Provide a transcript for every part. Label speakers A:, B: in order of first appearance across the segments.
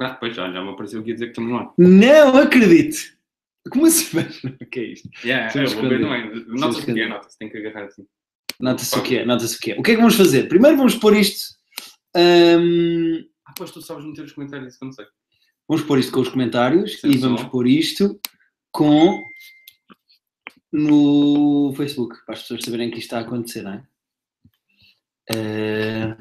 A: Ah, pois já, já me apareceu aqui a dizer que estamos lá.
B: Não acredite! Como assim? O que é isto?
A: Yeah,
B: Temos
A: é,
B: que
A: o bebê
B: esconder.
A: não é. Nota-se o
B: esconder.
A: que é, nota-se, tem que agarrar assim.
B: Nota-se o que é, nota-se o que é. O que é que vamos fazer? Primeiro vamos pôr isto. hum,
A: Ah, pois tu sabes meter os comentários, isso que eu não sei.
B: vamos pôr isto com os comentários
A: Sem
B: e vamos
A: som.
B: pôr isto com no Facebook, para as pessoas saberem que isto está a acontecer, não é? Eh,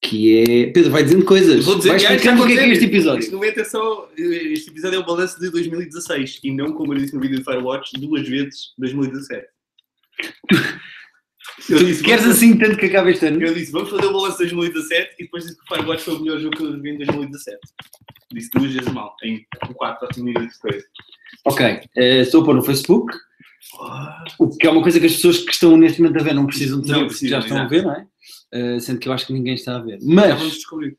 B: que é. Pedro, vai dizendo coisas.
C: Vou dizer
B: vai
C: que é,
B: explicando
C: já
B: o que é que é este
C: aconteceu.
B: episódio.
C: Este momento é só. Este episódio é o balanço de 2016 e não, como eu disse no é um vídeo de Firewatch, duas vezes 2017. Eu
B: Tu
C: disse,
B: queres
C: vamos-
B: assim tanto que acabe este ano?
C: Eu disse, vamos fazer o balanço de 2017 e depois disse que o Firewatch foi o melhor jogo que eu vi em 2017. Disse duas vezes mal, em 4 a 5 minutos de coisa.
B: Ok, eh, estou a pôr no Facebook, o que é uma coisa que as pessoas que estão neste momento a ver não precisam de saber,
C: Não
B: porque já
C: precisam,
B: estão a
C: exato.
B: ver, não é? Eh, sendo que eu acho que ninguém está a ver.
C: Já vamos
B: Mas
C: descobrir.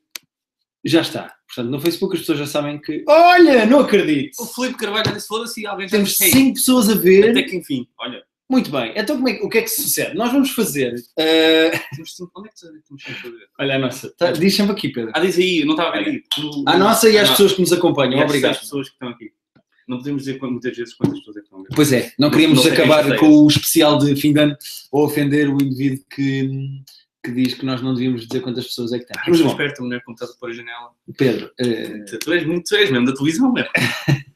B: já está. Portanto, no Facebook as pessoas já sabem que. Olha, não acredito!
C: O Felipe Carvalho disse, foda-se, alguém já
B: Temos
C: fez.
B: 5 pessoas a ver.
C: Até que enfim, olha.
B: Muito bem, então como é, que- o que é que sucede? Nós vamos fazer. eh,
C: Temos cinco- Onde é que temos que fazer?
B: Olha a nossa. Tá, diz sempre aqui, Pedro.
C: Ah, diz aí, eu não estava a ver aí. No-
B: A nossa e às
C: Ah,
B: pessoas que nos
C: E
B: acompanham.
C: às
B: Obrigado.
C: seis pessoas que estão aqui. Não podemos dizer quant- muitas vezes quantas pessoas é que estão a ver.
B: Pois é, não
C: Não-
B: queríamos
C: não sei quem
B: acabar
C: seja.
B: com o especial de fim de ano ou ofender o indivíduo que, que diz que nós não devíamos dizer quantas pessoas é que tem. Mas
C: Ah, Mas
B: bom,
C: um esperto, a mulher como estás a pôr a janela.
B: Pedro, eh,
C: Tu tu és muito, tu és mesmo da televisão, mesmo.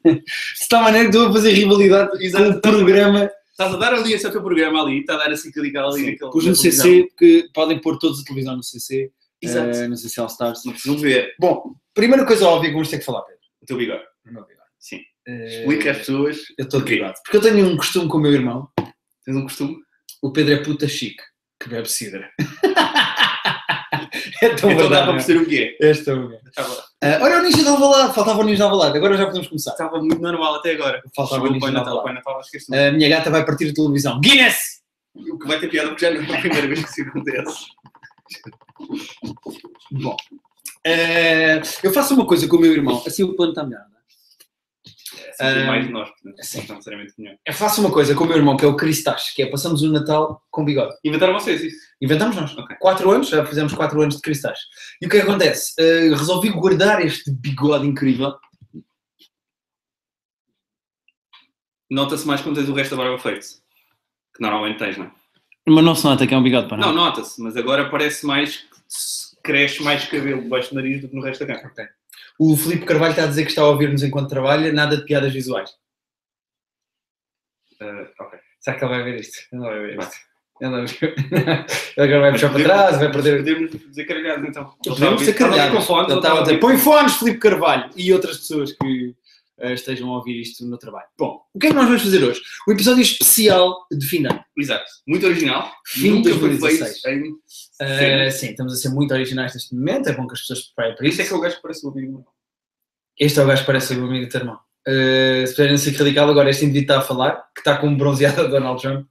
B: de tal maneira que estou a fazer rivalidade com o
C: Exato.
B: programa,
C: Estás a dar audiência ao teu programa ali, está a dar a cicadical ali naquele.
B: pus
C: na
B: no
C: televisão.
B: CC, que podem pôr todos a televisão no CC,
C: Exato.
B: eh, no CC All Stars.
C: Não precisam ver
B: Bom, primeira coisa óbvia que vamos ter que falar, Pedro.
C: o teu bigode.
B: Primeiro bigode.
C: Sim.
B: Eh,
C: Explica às pessoas.
B: Eu estou
C: Porquê?
B: ligado. Porque eu tenho um costume com o meu irmão,
C: Tens um costume?
B: o Pedro é puta chique, que bebe cidra. é tão
C: Então dá para
B: verdade.
C: perceber o que é.
B: não é? Esta é uma merda.
C: Estava,
B: Ah, olha o Ninja de Alvalade, faltava o Ninja de Alvalade, agora já podemos começar.
C: estava muito normal até agora.
B: Faltava
C: Chegou
B: o
C: o Pai
B: Ninja de
C: Natal. O
B: Alvalade.
C: Pai Natal, acho que este
B: A minha gata vai partir a televisão. Guinness!
C: O que vai ter piada porque já não é a primeira vez que isso acontece.
B: Bom, ah, eu faço uma coisa com o meu irmão, assim o plano está melhor, não é?
C: É sempre
B: Ah,
C: mais de nós, portanto,
B: sim.
C: não necessariamente melhor.
B: Eu faço uma coisa com o meu irmão, que é o Cristache, que é passamos o Natal com bigode.
C: Inventaram vocês isso.
B: Inventamos nós.
C: Ok.
B: Quatro anos, já fizemos quatro anos de Cristache. E o que é que acontece? Uh, resolvi guardar este bigode incrível.
C: Nota-se mais quando tens o resto da barba feito. Que normalmente tens, não é?
B: Mas não se nota que é um bigode para
C: Não, nota-se, mas agora parece mais que se cresce mais cabelo debaixo do nariz do que no resto da cara.
B: O Filipe Carvalho está a dizer que está a ouvir-nos enquanto trabalha, nada de piadas visuais.
C: Ah, ok.
B: Será que ele vai ver isto? Ele não vai ver
C: Vai.
B: isto. Ele, não vai ver. ele agora vai puxar para trás, vai perder.
C: Podemos dizer caralhados então.
B: Podemos ser
C: Estava
B: caralhados.
C: com fones,
B: Ele
C: ele
B: estava
C: estava
B: a dizer,
C: bem-
B: põe fones, Filipe Carvalho, e outras pessoas que eh, estejam a ouvir isto no trabalho. Bom, o que é que nós vamos fazer hoje? Um episódio especial de fim de ano.
C: Exato. Muito original.
B: Fim
C: Nunca
B: de
C: foi
B: 2016.
C: feito em...
B: Uh, sim, estamos a ser muito originais neste momento, é bom que as pessoas se preparem para
C: Por isso é
B: isso.
C: que é o gajo que parece o amigo.
B: Este é o gajo que parece o amigo do teu irmão. Uh, se puderem ser radical, agora este indivíduo está a falar, que está com um bronzeado de Donald Trump,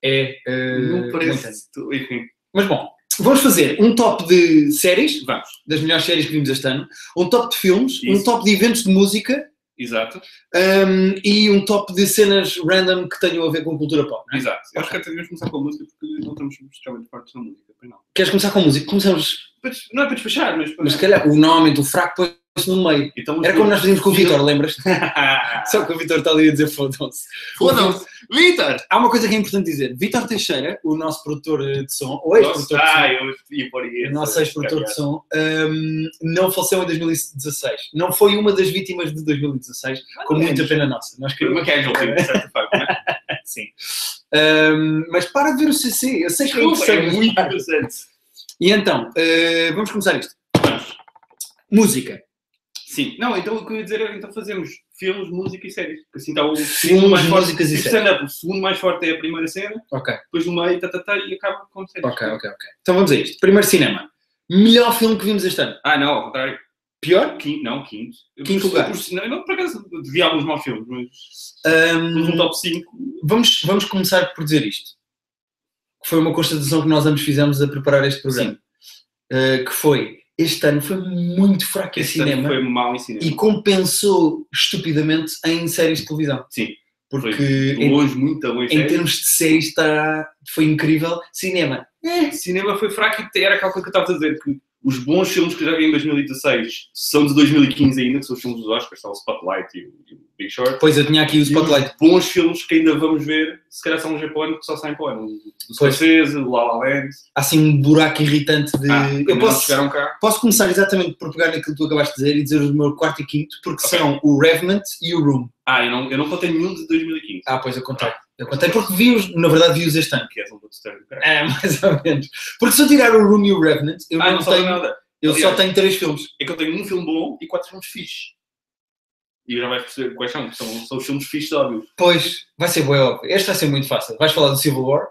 B: é... uh,
C: Não
B: muito-
C: parece... tu- Enfim,
B: Mas bom, vamos fazer um top de séries,
C: vamos.
B: das melhores séries que vimos este ano, um top de filmes, um
C: Isso.
B: top de eventos de música
C: Exato.
B: um, e um top de cenas random que tenham a ver com cultura pop. não é?
C: Exato. Eu acho que até devemos começar com a música porque não estamos especialmente fortes na música. Pois não.
B: Queres começar com música? Começamos,
C: Mas não é para despachar, mas...
B: mas se calhar o nome do fraco põe-se no meio.
C: Então,
B: Era como nós fazíamos com o Vitor, lembras?
C: nós...
B: Só que o Vitor está ali a dizer fodam-se.
C: Foda-se. Vitor!
B: Há uma coisa que é importante dizer. Vitor Teixeira, o nosso produtor eh, de som, ou ex-produtor de som,
C: Ah, eu ia por aí.
B: o nosso ex-produtor
C: é
B: de som, hum, não faleceu em 2016. Não foi uma das vítimas de 2016,
C: Ah,
B: com
C: é.
B: muita pena nossa. Nós queremos.
C: Uma casualty, de certa forma. né?
B: Sim. Hum, mas para de ver o CC, eu sei que é
C: Desculpa, é
B: interessante.
C: muito interessante.
B: E então, eh, vamos começar isto. Música.
C: Sim. Não, então o que eu ia dizer era então fazemos filmes, música e séries. Porque assim está o
B: Filmes,
C: segundo mais forte.
B: músicas e
C: tipo
B: séries.
C: stand-up, O segundo mais forte é a primeira cena,
B: Ok,
C: depois o meio, tá, tá, tá, e acaba com séries.
B: ok, ok, ok. Então vamos a isto. Primeiro cinema. Melhor filme que vimos este ano.
C: Ah, não, ao contrário.
B: Pior?
C: Quinto, não, quinto.
B: Quinto lugar.
C: Por- não, não, por acaso, vi alguns maus filmes, mas
B: Hum,
C: um top 5.
B: vamos, vamos começar por dizer isto. Que foi uma constatação que nós ambos fizemos a preparar este programa. Uh, que foi, este ano foi muito fraco em
C: Esse
B: é cinema
C: foi mau em cinema.
B: e compensou estupidamente em séries de televisão.
C: Sim.
B: Porque em,
C: É Longe, muito longe.
B: em termos de séries está, foi incrível. Cinema.
C: É, cinema foi fraco e era aquela coisa que eu estava a dizer, que Os bons filmes que eu já vi em 2016 são de 2015 ainda, que são os filmes dos Oscars, está o Spotlight e o, e o Big Short.
B: Pois eu tinha aqui o Spotlight.
C: E os bons filmes que ainda vamos ver, se calhar são uns japoneses que só saem para o ano. O
B: Pois.
C: Scorsese, o La La Land.
B: Há assim um buraco irritante de.
C: Ah, ainda
B: eu
C: não
B: posso,
C: chegaram cá.
B: posso começar exatamente por pegar naquilo que tu acabaste de dizer e dizer o meu quarto e quinto, porque são o Revenant e o Room.
C: Ah, eu não, eu não contei nenhum de 2015.
B: Ah, pois eu contei. Eu contei porque vi-os, na verdade, vi-os este ano.
C: Que és um outro estranho, caralho.
B: É, mais ou menos. Porque se eu tirar o Room e o Revenant, É, eu,
C: Ah,
B: não
C: não sabem
B: tenho,
C: nada.
B: eu só
C: Aliás.
B: tenho três filmes.
C: É que eu tenho um filme bom e quatro filmes fixes. E já vais perceber quais são, que são, são os filmes fixes, óbvio.
B: Pois, vai ser bem óbvio. Este vai ser muito fácil. Vais falar do Civil War?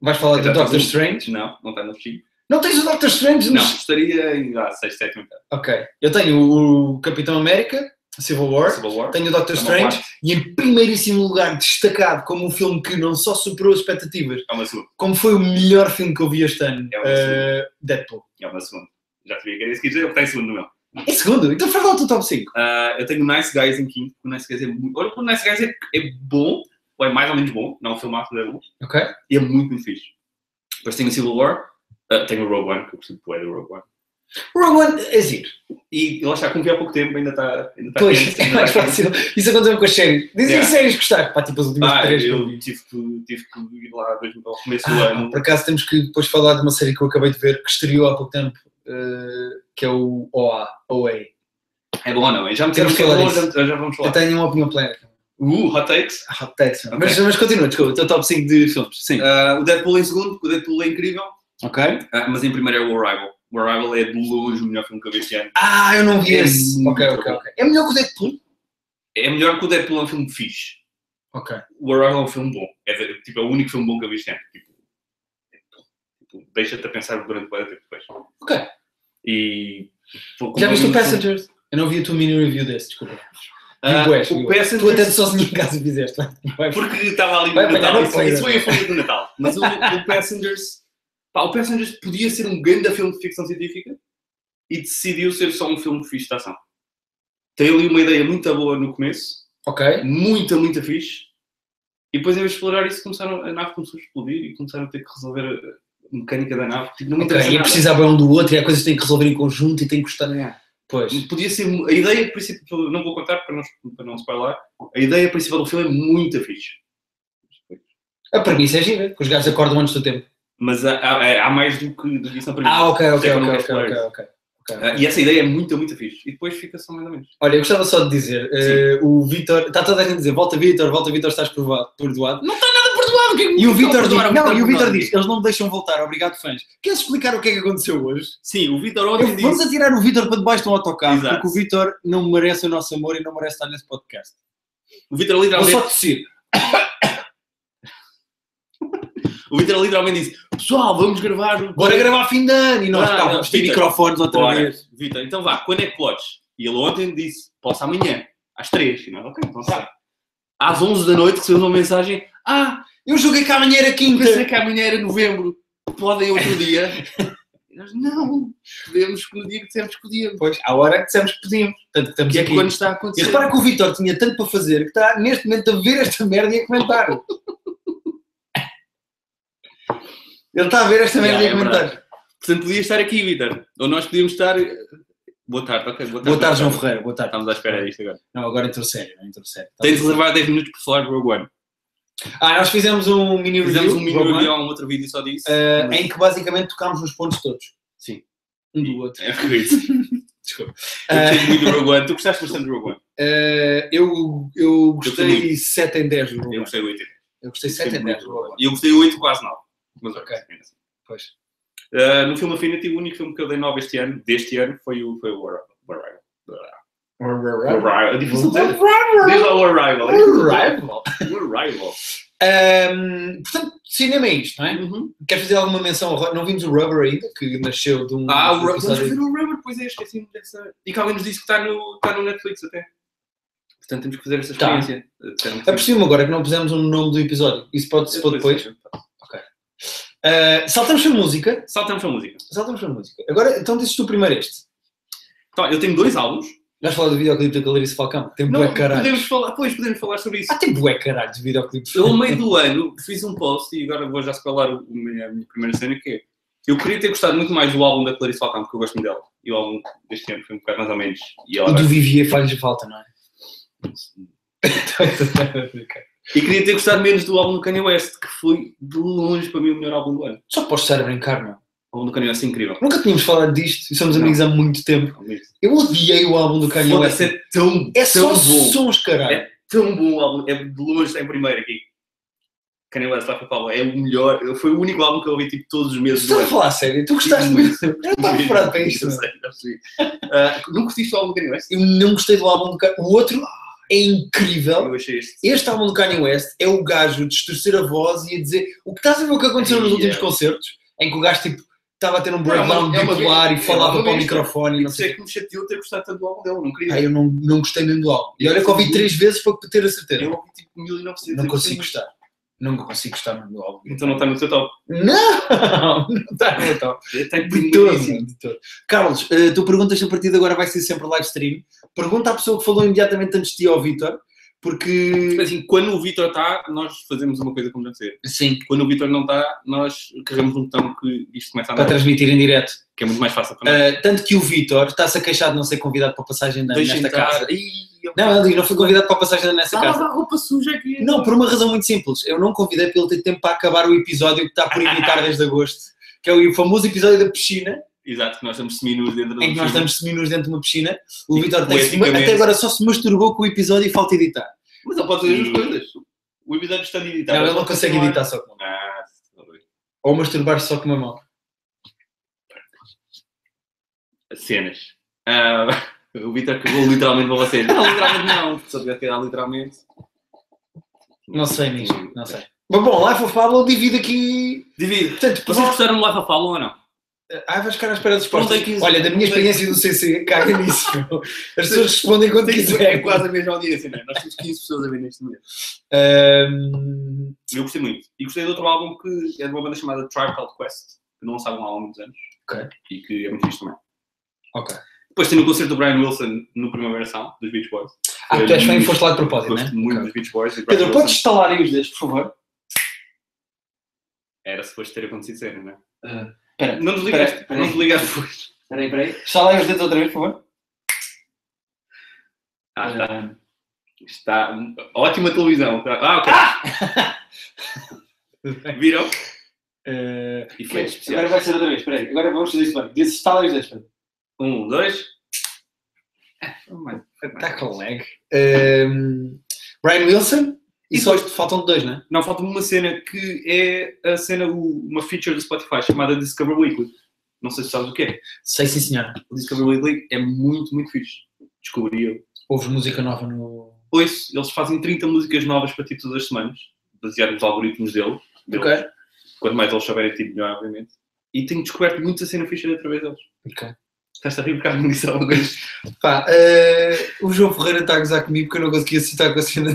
B: Vais falar do
C: Já
B: Doctor
C: tens um.
B: Strange?
C: Não, não está no fim.
B: Não tens o Doctor Strange
C: Não,
B: nos...
C: estaria em ah, 6, 7, 8.
B: Ok. Eu tenho o Capitão América, Civil War.
C: Civil War.
B: Tenho o Doctor
C: É uma
B: Strange.
C: parte,
B: E em primeiríssimo lugar, destacado como um filme que não só superou as expectativas,
C: É uma segunda.
B: como foi o melhor filme que eu vi este ano.
C: É um
B: eh, Deadpool.
C: É uma segunda. Já sabia que era isso que ia dizer, eu tenho segundo no meu.
B: Em segundo? Então faz lá o teu top 5.
C: Ah, eu tenho o Nice Guys em quinto, porque o Nice Guys é muito. Olha, o Nice Guys é, é bom, ou é mais ou menos bom, não é um filme mas é bom,
B: Ok.
C: e é muito, muito fixe. Depois tenho o Civil War, ah, tenho o Rogue One, que eu preciso do Rogue One.
B: Rogue One é giro.
C: E lá está, como vi há pouco tempo, ainda está. Ainda está
B: Pois,
C: quente,
B: é
C: ainda
B: mais
C: está quente.
B: fácil. Isso aconteceu com as séries. Dizem
C: Yeah.
B: séries que gostaste. Pá, tipo as últimas
C: Ah,
B: três. que
C: eu
B: vi.
C: tive que, tive que ir lá dois- ao começo do
B: Ah,
C: ano.
B: por acaso temos que depois falar de uma série que eu acabei de ver que estreou há pouco tempo, eh, que é o OA. OA.
C: É bom ou não? Já me disseram
B: Temos
C: que é
B: que
C: bom,
B: falar Então-
C: já, já vamos
B: Eu
C: falar.
B: tenho uma opinião plena.
C: Uh, hot takes.
B: Hot takes, mano.
C: Ok.
B: mas, mas continua, desculpa, o teu top 5 de filmes. Sim.
C: Ah, o Deadpool em segundo, porque o Deadpool é incrível.
B: Ok.
C: Ah, mas em primeiro é o Arrival. O Arrival é de longe o melhor filme que eu vi este ano.
B: Ah, eu não vi
C: É
B: esse.
C: muito
B: Ok, ok,
C: bom.
B: ok. É melhor que o Deadpool?
C: É melhor que o Deadpool é um filme fixe.
B: Ok.
C: O Arrival é um filme bom. É, de- tipo, é o único filme bom que eu vi este ano. Tipo, é bom. Tipo, deixa-te a pensar durante o tempo depois.
B: Ok.
C: E. pô,
B: Já
C: como é
B: viste o
C: um filme-
B: Passengers? Eu não vi a tua mini review desse, desculpa.
C: Ah,
B: bué, vi
C: o
B: bué. Tu até
C: Passengers.
B: sozinho em casa fizeste. vai. Vai.
C: Porque estava ali no
B: Vai apanhar
C: Natal.
B: na
C: Isso,
B: feira.
C: isso foi a folha do Natal. Mas o, o Passengers. Pá, o Passengers podia ser um grande filme de ficção científica e decidiu ser só um filme fixe de ação. Tem ali uma ideia muito boa no começo,
B: Ok.
C: muita, muita fixe, e depois em vez de explorar isso, começaram, a nave começou a explodir e começaram a ter que resolver a a mecânica da nave. Tipo, não me interessa
B: Ok, E
C: nada.
B: precisavam um do outro e há coisas que têm que resolver em conjunto e têm que gostar. Pois.
C: Podia ser. A ideia principal. Não vou contar para não, para não spoiler. A ideia principal do filme é muito fixe.
B: A premissa é gira, que os gajos acordam antes do tempo.
C: Mas há, há- há mais do que, do que isso na primeira.
B: Ah, ok,
C: Sei
B: ok,
C: que eu
B: ok,
C: não quero
B: ok, ok.
C: spoilers.
B: ok. Ok.
C: Ah, e essa ideia é muito, muito fixe. E depois fica só mais ou menos.
B: Olha, eu gostava só de dizer, eh, o Vitor, está toda a gente a dizer, volta Vitor, volta Vitor, estás provado, perdoado. Não está nada perdoado! E o é Vitor diz,
C: perdoaram,
B: não,
C: Vitor,
B: e o Vitor
C: perdoaram.
B: diz, eles não me deixam voltar, obrigado fãs. Queres explicar o que é que aconteceu hoje?
C: Sim, o Vitor
B: Eu- vamos atirar o Vitor para debaixo de um autocarro,
C: Exato.
B: porque o Vitor não merece o nosso amor e não merece estar nesse podcast.
C: O Vitor
B: Vou
C: literalmente,
B: só tossir.
C: o Vitor literalmente disse: Pessoal, vamos gravar.
B: Bora gravar fim de ano! E nós
C: Ah,
B: estávamos
C: não,
B: sem
C: Vitor.
B: microfones outra
C: Bora.
B: vez.
C: Vitor, então vá, quando é que podes? E ele ontem disse: Posso amanhã, às 3. E nós, ok, então sabe. Às 11 da noite recebemos uma mensagem: Ah,
B: Eu julguei que amanhã era
C: pensei
B: quinta.
C: que amanhã era novembro, podem outro dia. E nós, não, podemos que no dia que dissemos que podíamos.
B: Pois, à hora que dissemos que podíamos. Portanto, estamos
C: Que é
B: aqui.
C: quando está a
B: E
C: acontecer.
B: repara que o Vitor tinha tanto para fazer que está neste momento a ver esta merda e a comentar. Ele está a ver esta merda
C: Yeah,
B: e
C: é
B: a comentar.
C: Portanto, podia estar aqui, Vitor. Ou nós podíamos estar. eh, Boa tarde, ok. Boa tarde,
B: boa tarde, João Ferreira. Boa tarde.
C: Estamos à espera disto agora.
B: Não, agora entrou sério. não, Entrou sério.
C: Tens de reservar 10 minutos para falar do Rogue One.
B: Ah, nós fizemos um mini
C: Fizemos
B: review,
C: um mini
B: Rogue One,
C: review, um outro vídeo só disso.
B: eh,
C: Mas-
B: em que basicamente tocámos nos pontos todos.
C: Sim.
B: Um do outro.
C: É por isso.
B: Desculpa.
C: Eu gostei muito do Rogue One. Tu gostaste bastante do Rogue One.
B: Eh, eu, eu gostei
C: também.
B: 7 em 10 do Rogue
C: Eu
B: One.
C: gostei 8.
B: Eu gostei 7 em 10 do Rogue One.
C: E eu gostei 8, quase 9. Mas
B: Ok.
C: ok.
B: Pois.
C: Ah, no filme Affinity, o único filme que eu dei 9 este ano, deste ano, foi o, foi o Arrival. O Arrival. O Arrival. É difícil dizer. Diz lá o Arrival.
B: Arrival.
C: O Arrival.
B: Ahm, Ehm, portanto, cinema é isto, não é?
C: Uhum.
B: Queres fazer alguma menção? ao Ro- Não vimos o Rubber ainda, que nasceu de um.
C: Ah, o Arrival.
B: episódio-
C: Vamos ver o Arrival, pois é, esqueci-me dessa. E que alguém nos disse que está no, está no Netflix até. Portanto, temos que fazer essa
B: Tá.
C: experiência. Temos que-
B: Apercebi-me agora que não pusemos o nome do episódio. Isso pode se pôr depois. Ah, saltamos para a música.
C: Saltamos para a música.
B: Saltamos para a música. Agora, então dizes tu primeiro este.
C: Então, eu tenho dois álbuns.
B: Vais falar do videoclipe da Galerice Falcão. Tem
C: Não,
B: bué caralho.
C: podemos falar, pois podemos falar sobre isso.
B: Ah, tem bué caralho de videoclipes.
C: Eu, ao meio do ano, fiz um post e agora vou já spoiler o- a minha primeira cena que é Eu queria ter gostado muito mais do álbum da Clarice Falcão, porque eu gosto muito dela. E o álbum deste ano foi um bocado mais ou menos. E, ela
B: O
C: vai-
B: do Vivier faz falta, não é?
C: e queria ter gostado menos do álbum do Kanye West, que foi de longe para mim o melhor álbum do ano.
B: Só posso estar a brincar, não.
C: O álbum do Kanye West é incrível.
B: Nunca tínhamos falado disto e somos
C: Não.
B: amigos há muito tempo. Eu odiei o álbum do Kanye
C: Foda-se,
B: West.
C: é tão,
B: É
C: tão
B: só
C: bom.
B: sons, caralho.
C: Tão bom o álbum. É de longe está em primeiro aqui. Kanye West, lá para Paulo. É o melhor. Foi o único álbum que eu ouvi tipo, todos os meses do
B: Estou a
C: ano.
B: falar a sério,
C: É
B: tu gostaste
C: Sim.
B: muito. Eu não estava preparado para isto.
C: Eu
B: não.
C: sei, eu percebi. Ah, Não curtiste o álbum do Kanye West?
B: Eu não gostei do álbum do Kanye O outro é incrível.
C: Eu achei este.
B: Este álbum do Kanye West é o gajo a distorcer a voz e a dizer o que estás a ver o que aconteceu nos
C: Yeah.
B: últimos concertos, em que o gajo tipo, estava a ter um
C: Não, é uma-
B: breakdown
C: é uma
B: bipolar e
C: vez- é
B: falava
C: uma
B: para o
C: vez,
B: microfone e não
C: Isso
B: sei o
C: é
B: quê.
C: que me chateou ter gostado tanto do álbum dela, não
B: Pá,
C: queria.
B: eu não, não gostei mesmo do álbum. E olha que
C: é
B: ouvi três vezes para ter a certeza.
C: Eu ouvi tipo 1900.
B: Não consigo gostar. Nunca consigo gostar mesmo do álbum.
C: Então não está no seu top.
B: Não! Não tá. está no meu top.
C: Está em
B: De todo,
C: primeiríssimo.
B: mano, de todo. Carlos, eh, tu perguntas se a partir de agora vai ser sempre live stream. Pergunta à pessoa que falou imediatamente antes de ti ao Vitor, porque.
C: Assim, quando o Vitor está, nós fazemos uma coisa como deve ser.
B: Sim.
C: Quando o Vitor não está, nós carregamos um botão que isto começa a
B: Para
C: andar,
B: transmitir em direto.
C: que é muito mais fácil para nós.
B: Eh, tanto que o Vitor está-se a queixar de não ser convidado para a passagem da
C: Deixa
B: nesta
C: entrar. Ah,
B: casa.
C: Ih, eu-
B: Não, eu digo, não fui convidado para a passagem da nesta
C: Estavas
B: casa.
C: a roupa suja aqui.
B: Não, por uma razão muito simples. Eu não convidei para ele ter tempo para acabar o episódio que está por editar desde agosto, que é o famoso episódio da piscina,
C: Exato, que nós estamos semi-nus dentro da
B: em É que
C: piscina.
B: nós estamos semi-nus dentro de uma piscina. O
C: E
B: Vitor tem-se-
C: poeticamente-
B: até agora só se masturbou com o episódio e falta editar.
C: Mas ele pode fazer as
D: E-
C: duas coisas. O episódio está editado.
B: não, ele não consegue editar só com uma mão.
C: Ah, está bem.
B: Ou masturbar-se só com uma mão.
C: cenas. Ah, o Vitor cagou literalmente para vocês. Não, literalmente não. Se eu tivesse cagar literalmente.
B: Não sei mesmo, não sei. Mas bom, Life of Pablo divide aqui.
C: Divido.
B: Portanto,
C: Vocês
B: vocês...
C: gostaram do Life of Paulo ou não?
B: Ah, vais ficar à espera de respostas.
C: Não dei 15.
B: Olha, da minha experiência do CC, caga nisso. meu. As pessoas respondem quando quiserem.
C: é quase a mesma audiência, não é? Nós temos 15 pessoas a ver neste momento.
B: Ahm,
C: Eu gostei muito. E gostei de outro álbum que é de uma banda chamada Tribe Called Quest, que não lançavam há alguns anos.
B: Ok.
C: E que é muito fixe também.
B: ok.
C: Depois tem o concerto do Brian Wilson no Primavera Sound, dos Beach Boys.
B: Ah, tu és fã e foste lá de propósito, não
C: Gosto muito
B: é?
C: dos Beach Boys. e do Brian
B: Pedro, podes
C: Wilson.
B: instalar aí os dedos, por favor?
C: Era suposto ter acontecido cena, não é?
B: Ah, Espera,
C: Não desligaste.
B: Espera.
C: Não desligaste depois.
B: espera aí, espera aí. Instala aí os dedos outra vez, por favor.
C: Ah, tá. Está ótima televisão. Ah, ok. Viram?
B: Ah,
C: E foi
B: agora
C: especial.
B: vai ser outra vez, espera aí. Agora vamos fazer isso bem. Desinstala os dedos, Pedro.
C: Um, dois. Ah, foi mais, foi mais.
B: Está Tá com lag. Ehm, Brian Wilson e,
C: E
B: só isto faltam dois, não é?
C: Não, falta uma cena que é a cena, o- uma feature do Spotify chamada Discover Weekly. Não sei se sabes o que é.
B: Sei sim, senhora.
C: O Discover Weekly é muito, muito fixe. Descobri eu.
B: Ouves música nova no.
C: Hoje eles fazem 30 músicas novas para ti todas as semanas, baseado nos algoritmos dele. deles.
B: Ok.
C: Quanto mais eles souberem, tipo, melhor, obviamente. E tenho descoberto muita cena fixe através deles.
B: Ok.
C: Estás a rir porque não disse alguma coisa.
B: Pá, eh, o João Ferreira está a gozar comigo porque eu não conseguia citar com a cena.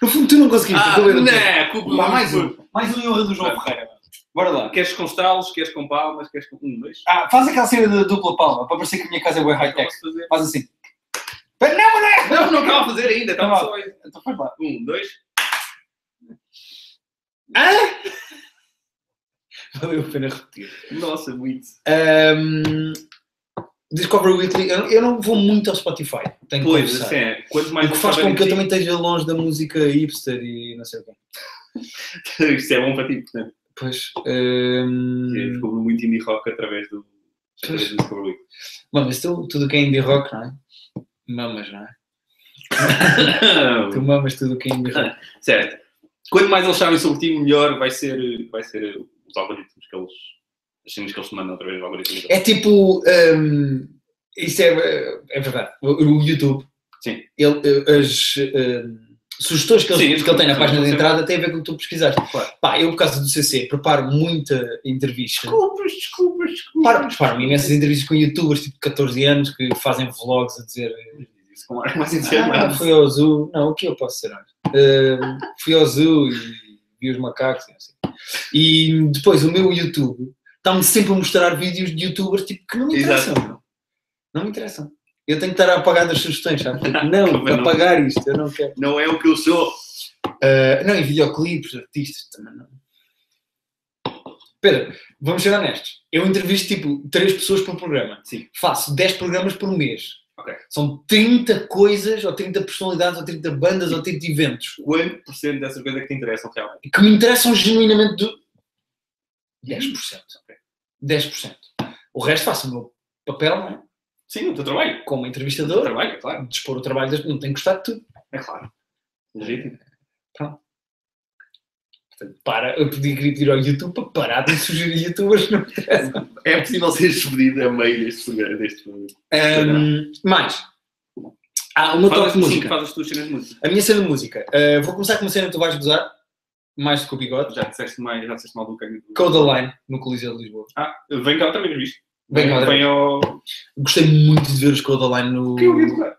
B: No fundo, tu não conseguiste.
C: Ah,
B: eu não tenho.
C: né, culpa-
B: Pá, mais um. Mais um em honra do João
C: Vai.
B: Ferreira. Bora lá.
C: Queres com estalos, queres com palmas, queres com um, dois.
B: Ah, faz aquela cena da dupla palma para parecer que a minha casa é bem high-tech.
C: Posso fazer?
B: Faz assim. Mas não, mas
C: Não, não estava a fazer ainda, estava
B: Tá
C: só aí.
B: não! Então faz lá.
C: Um, dois.
B: Valeu a pena repetir.
C: Nossa, muito.
B: Ehm, Discover Weekly, eu, eu não vou muito ao Spotify. Tenho que
C: Pois,
B: confessar.
C: assim é. Quanto mais
B: O que
C: eu
B: faz
C: souber
B: com que eu
C: de
B: também esteja longe da música hipster e não sei o quê.
C: ti, Isto é bom para ti, portanto.
B: Pois.
C: Eu
B: ehm,
C: descubro muito indie rock através do. Através
B: Pois.
C: do Discover Week.
B: Bom, mas tu, tudo o que é indie rock, não é? Mamas, não é? Tu mamas tudo o que é indie rock.
C: certo. Quanto mais eles sabem sobre ti, melhor vai ser, vai ser os algoritmos que eles. As cenas que eles te mandam através do algoritmo.
B: É tipo. ehm, isso é, é verdade. O, o YouTube.
C: Sim.
B: Ele, eh, as. ehm, Sugestões que ele,
C: Sim,
B: que ele tem na
C: sim,
B: página de
C: sim.
B: entrada têm a ver com o que tu pesquisaste.
C: Claro.
B: Pá, eu, por causa do CC, preparo muita entrevista.
C: Desculpas, desculpas,
B: Param,
C: desculpas.
B: param imensas entrevistas com youtubers tipo de 14 anos que fazem vlogs a dizer
C: Isso com ar é mais
B: ah,
C: entusiasmado.
B: fui ao zoo, não, o que eu posso ser honesto? Ah, Fui ao zoo e vi os macacos e não sei. E depois o meu YouTube está-me sempre a mostrar vídeos de youtubers tipo, que não me
C: Exato.
B: interessam. meu. Não me interessam. Eu tenho que estar a apagar das sugestões, sabe? Tipo, Não,
C: Também não.
B: apagar isto, eu não quero.
C: Não é o que eu sou.
B: Ah, não, e videoclipes, artistas também não. Pedro, vamos ser honestos. Eu entrevisto tipo 3 pessoas por programa.
C: Sim.
B: Faço 10 programas por mês.
C: Ok.
B: São 30 coisas, ou 30 personalidades, ou 30 bandas, ou 30 eventos
C: Quanto por cento dessas coisas é que te interessam realmente?
B: que me interessam genuinamente do 10%. 10%. O resto faço o meu papel, não é?
C: Sim, o teu trabalho.
B: Como
C: O teu
B: entrevistador,
C: trabalho, é claro.
B: dispor o trabalho das. Não tem que gostar de tudo.
C: É claro. Legítimo.
B: Portanto, para, eu pedi queria pedir ao YouTube para parar de me sugerir youtubers. não interessa.
C: É possível ser despedido a meio deste lugar, deste
B: Ahm, mais. Ah, uma top de
C: Sim,
B: música.
C: faz as tuas cenas de música.
B: A minha cena de música. Ah, vou começar com uma cena que tu vais gozar, mais do que o bigode.
C: Já disseste, mais, já disseste mal do caminho. do-
B: Code Line, no Coliseu de Lisboa.
C: Ah, vem cá outra vez, viste?
B: Bem,
C: vem,
B: olha,
C: vem ao...
B: gostei muito de ver os Code Line no.
C: Que eu ouvi tocar.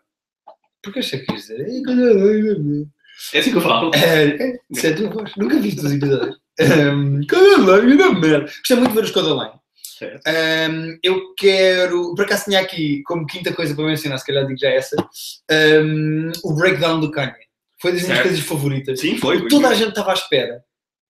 B: Porque achei que ias dizer. "Ei, Code Line,
C: É assim que eu falo.
B: É, isso é a tua voz. Nunca vi todos os episódios. Um, Codaline, da merda. Gostei muito de ver os Codaline.
C: Certo.
B: Um, eu quero. Por acaso tinha aqui como quinta coisa para mencionar, se calhar digo já essa. um, o breakdown do Kanye. Foi das minhas
C: Certo.
B: coisas favoritas.
C: Sim, foi. foi.
B: Toda a gente estava à espera.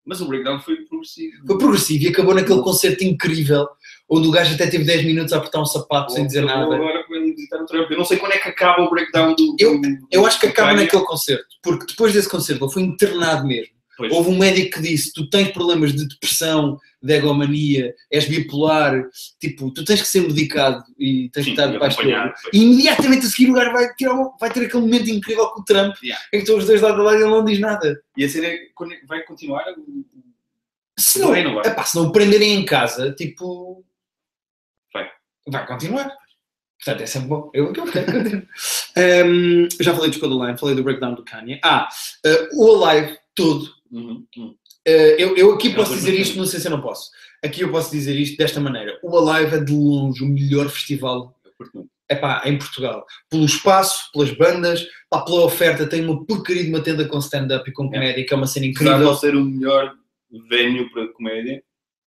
C: Mas o breakdown foi progressivo.
B: Foi progressivo e acabou naquele concerto incrível onde o gajo até teve 10 minutos a apertar um sapato sem dizer
C: Eu vou
B: nada.
C: Agora com ele visitar o Trump. Eu não sei quando é que acaba o breakdown do. do-
B: Eu acho que
C: do
B: acaba
C: Kanye.
B: naquele concerto, porque depois desse concerto ele foi internado mesmo.
C: Pois.
B: Houve um médico que disse: tu tens problemas de depressão, de egomania, és bipolar, tipo, tu tens que ser medicado e tens
C: Sim,
B: que estar debaixo dele.
C: acompanhado, foi.
B: E imediatamente a seguir o gajo vai, tirar um- vai ter aquele momento incrível com o Trump,
C: Yeah.
B: em que estão os dois lado a lado e ele não diz nada.
C: E a cena é quando vai continuar o- o.
B: Se não, é-
C: Vai, não vai.
B: epá, se não o prenderem em casa, tipo.
C: Vai.
B: Vai continuar. Portanto, é sempre bom. Eu, eu quero continuar. Hum, já falei do Codaline, falei do breakdown do Kanye. Ah, eh, o Alive todo
C: Uhum, uhum.
B: Uh, eu, eu aqui
C: Não,
B: posso
C: mas
B: dizer
C: não
B: isto, não sei se eu não posso. Aqui eu posso dizer isto desta maneira. O Alive é de longe o melhor festival
C: Eu curto muito.
B: epá, em Portugal. Pelo espaço, pelas bandas, pá, pela oferta. Tem uma porcaria de uma tenda com stand-up e com comédia, que é uma cena
C: Apesar de
B: incrível.
C: não ser o melhor venue para comédia,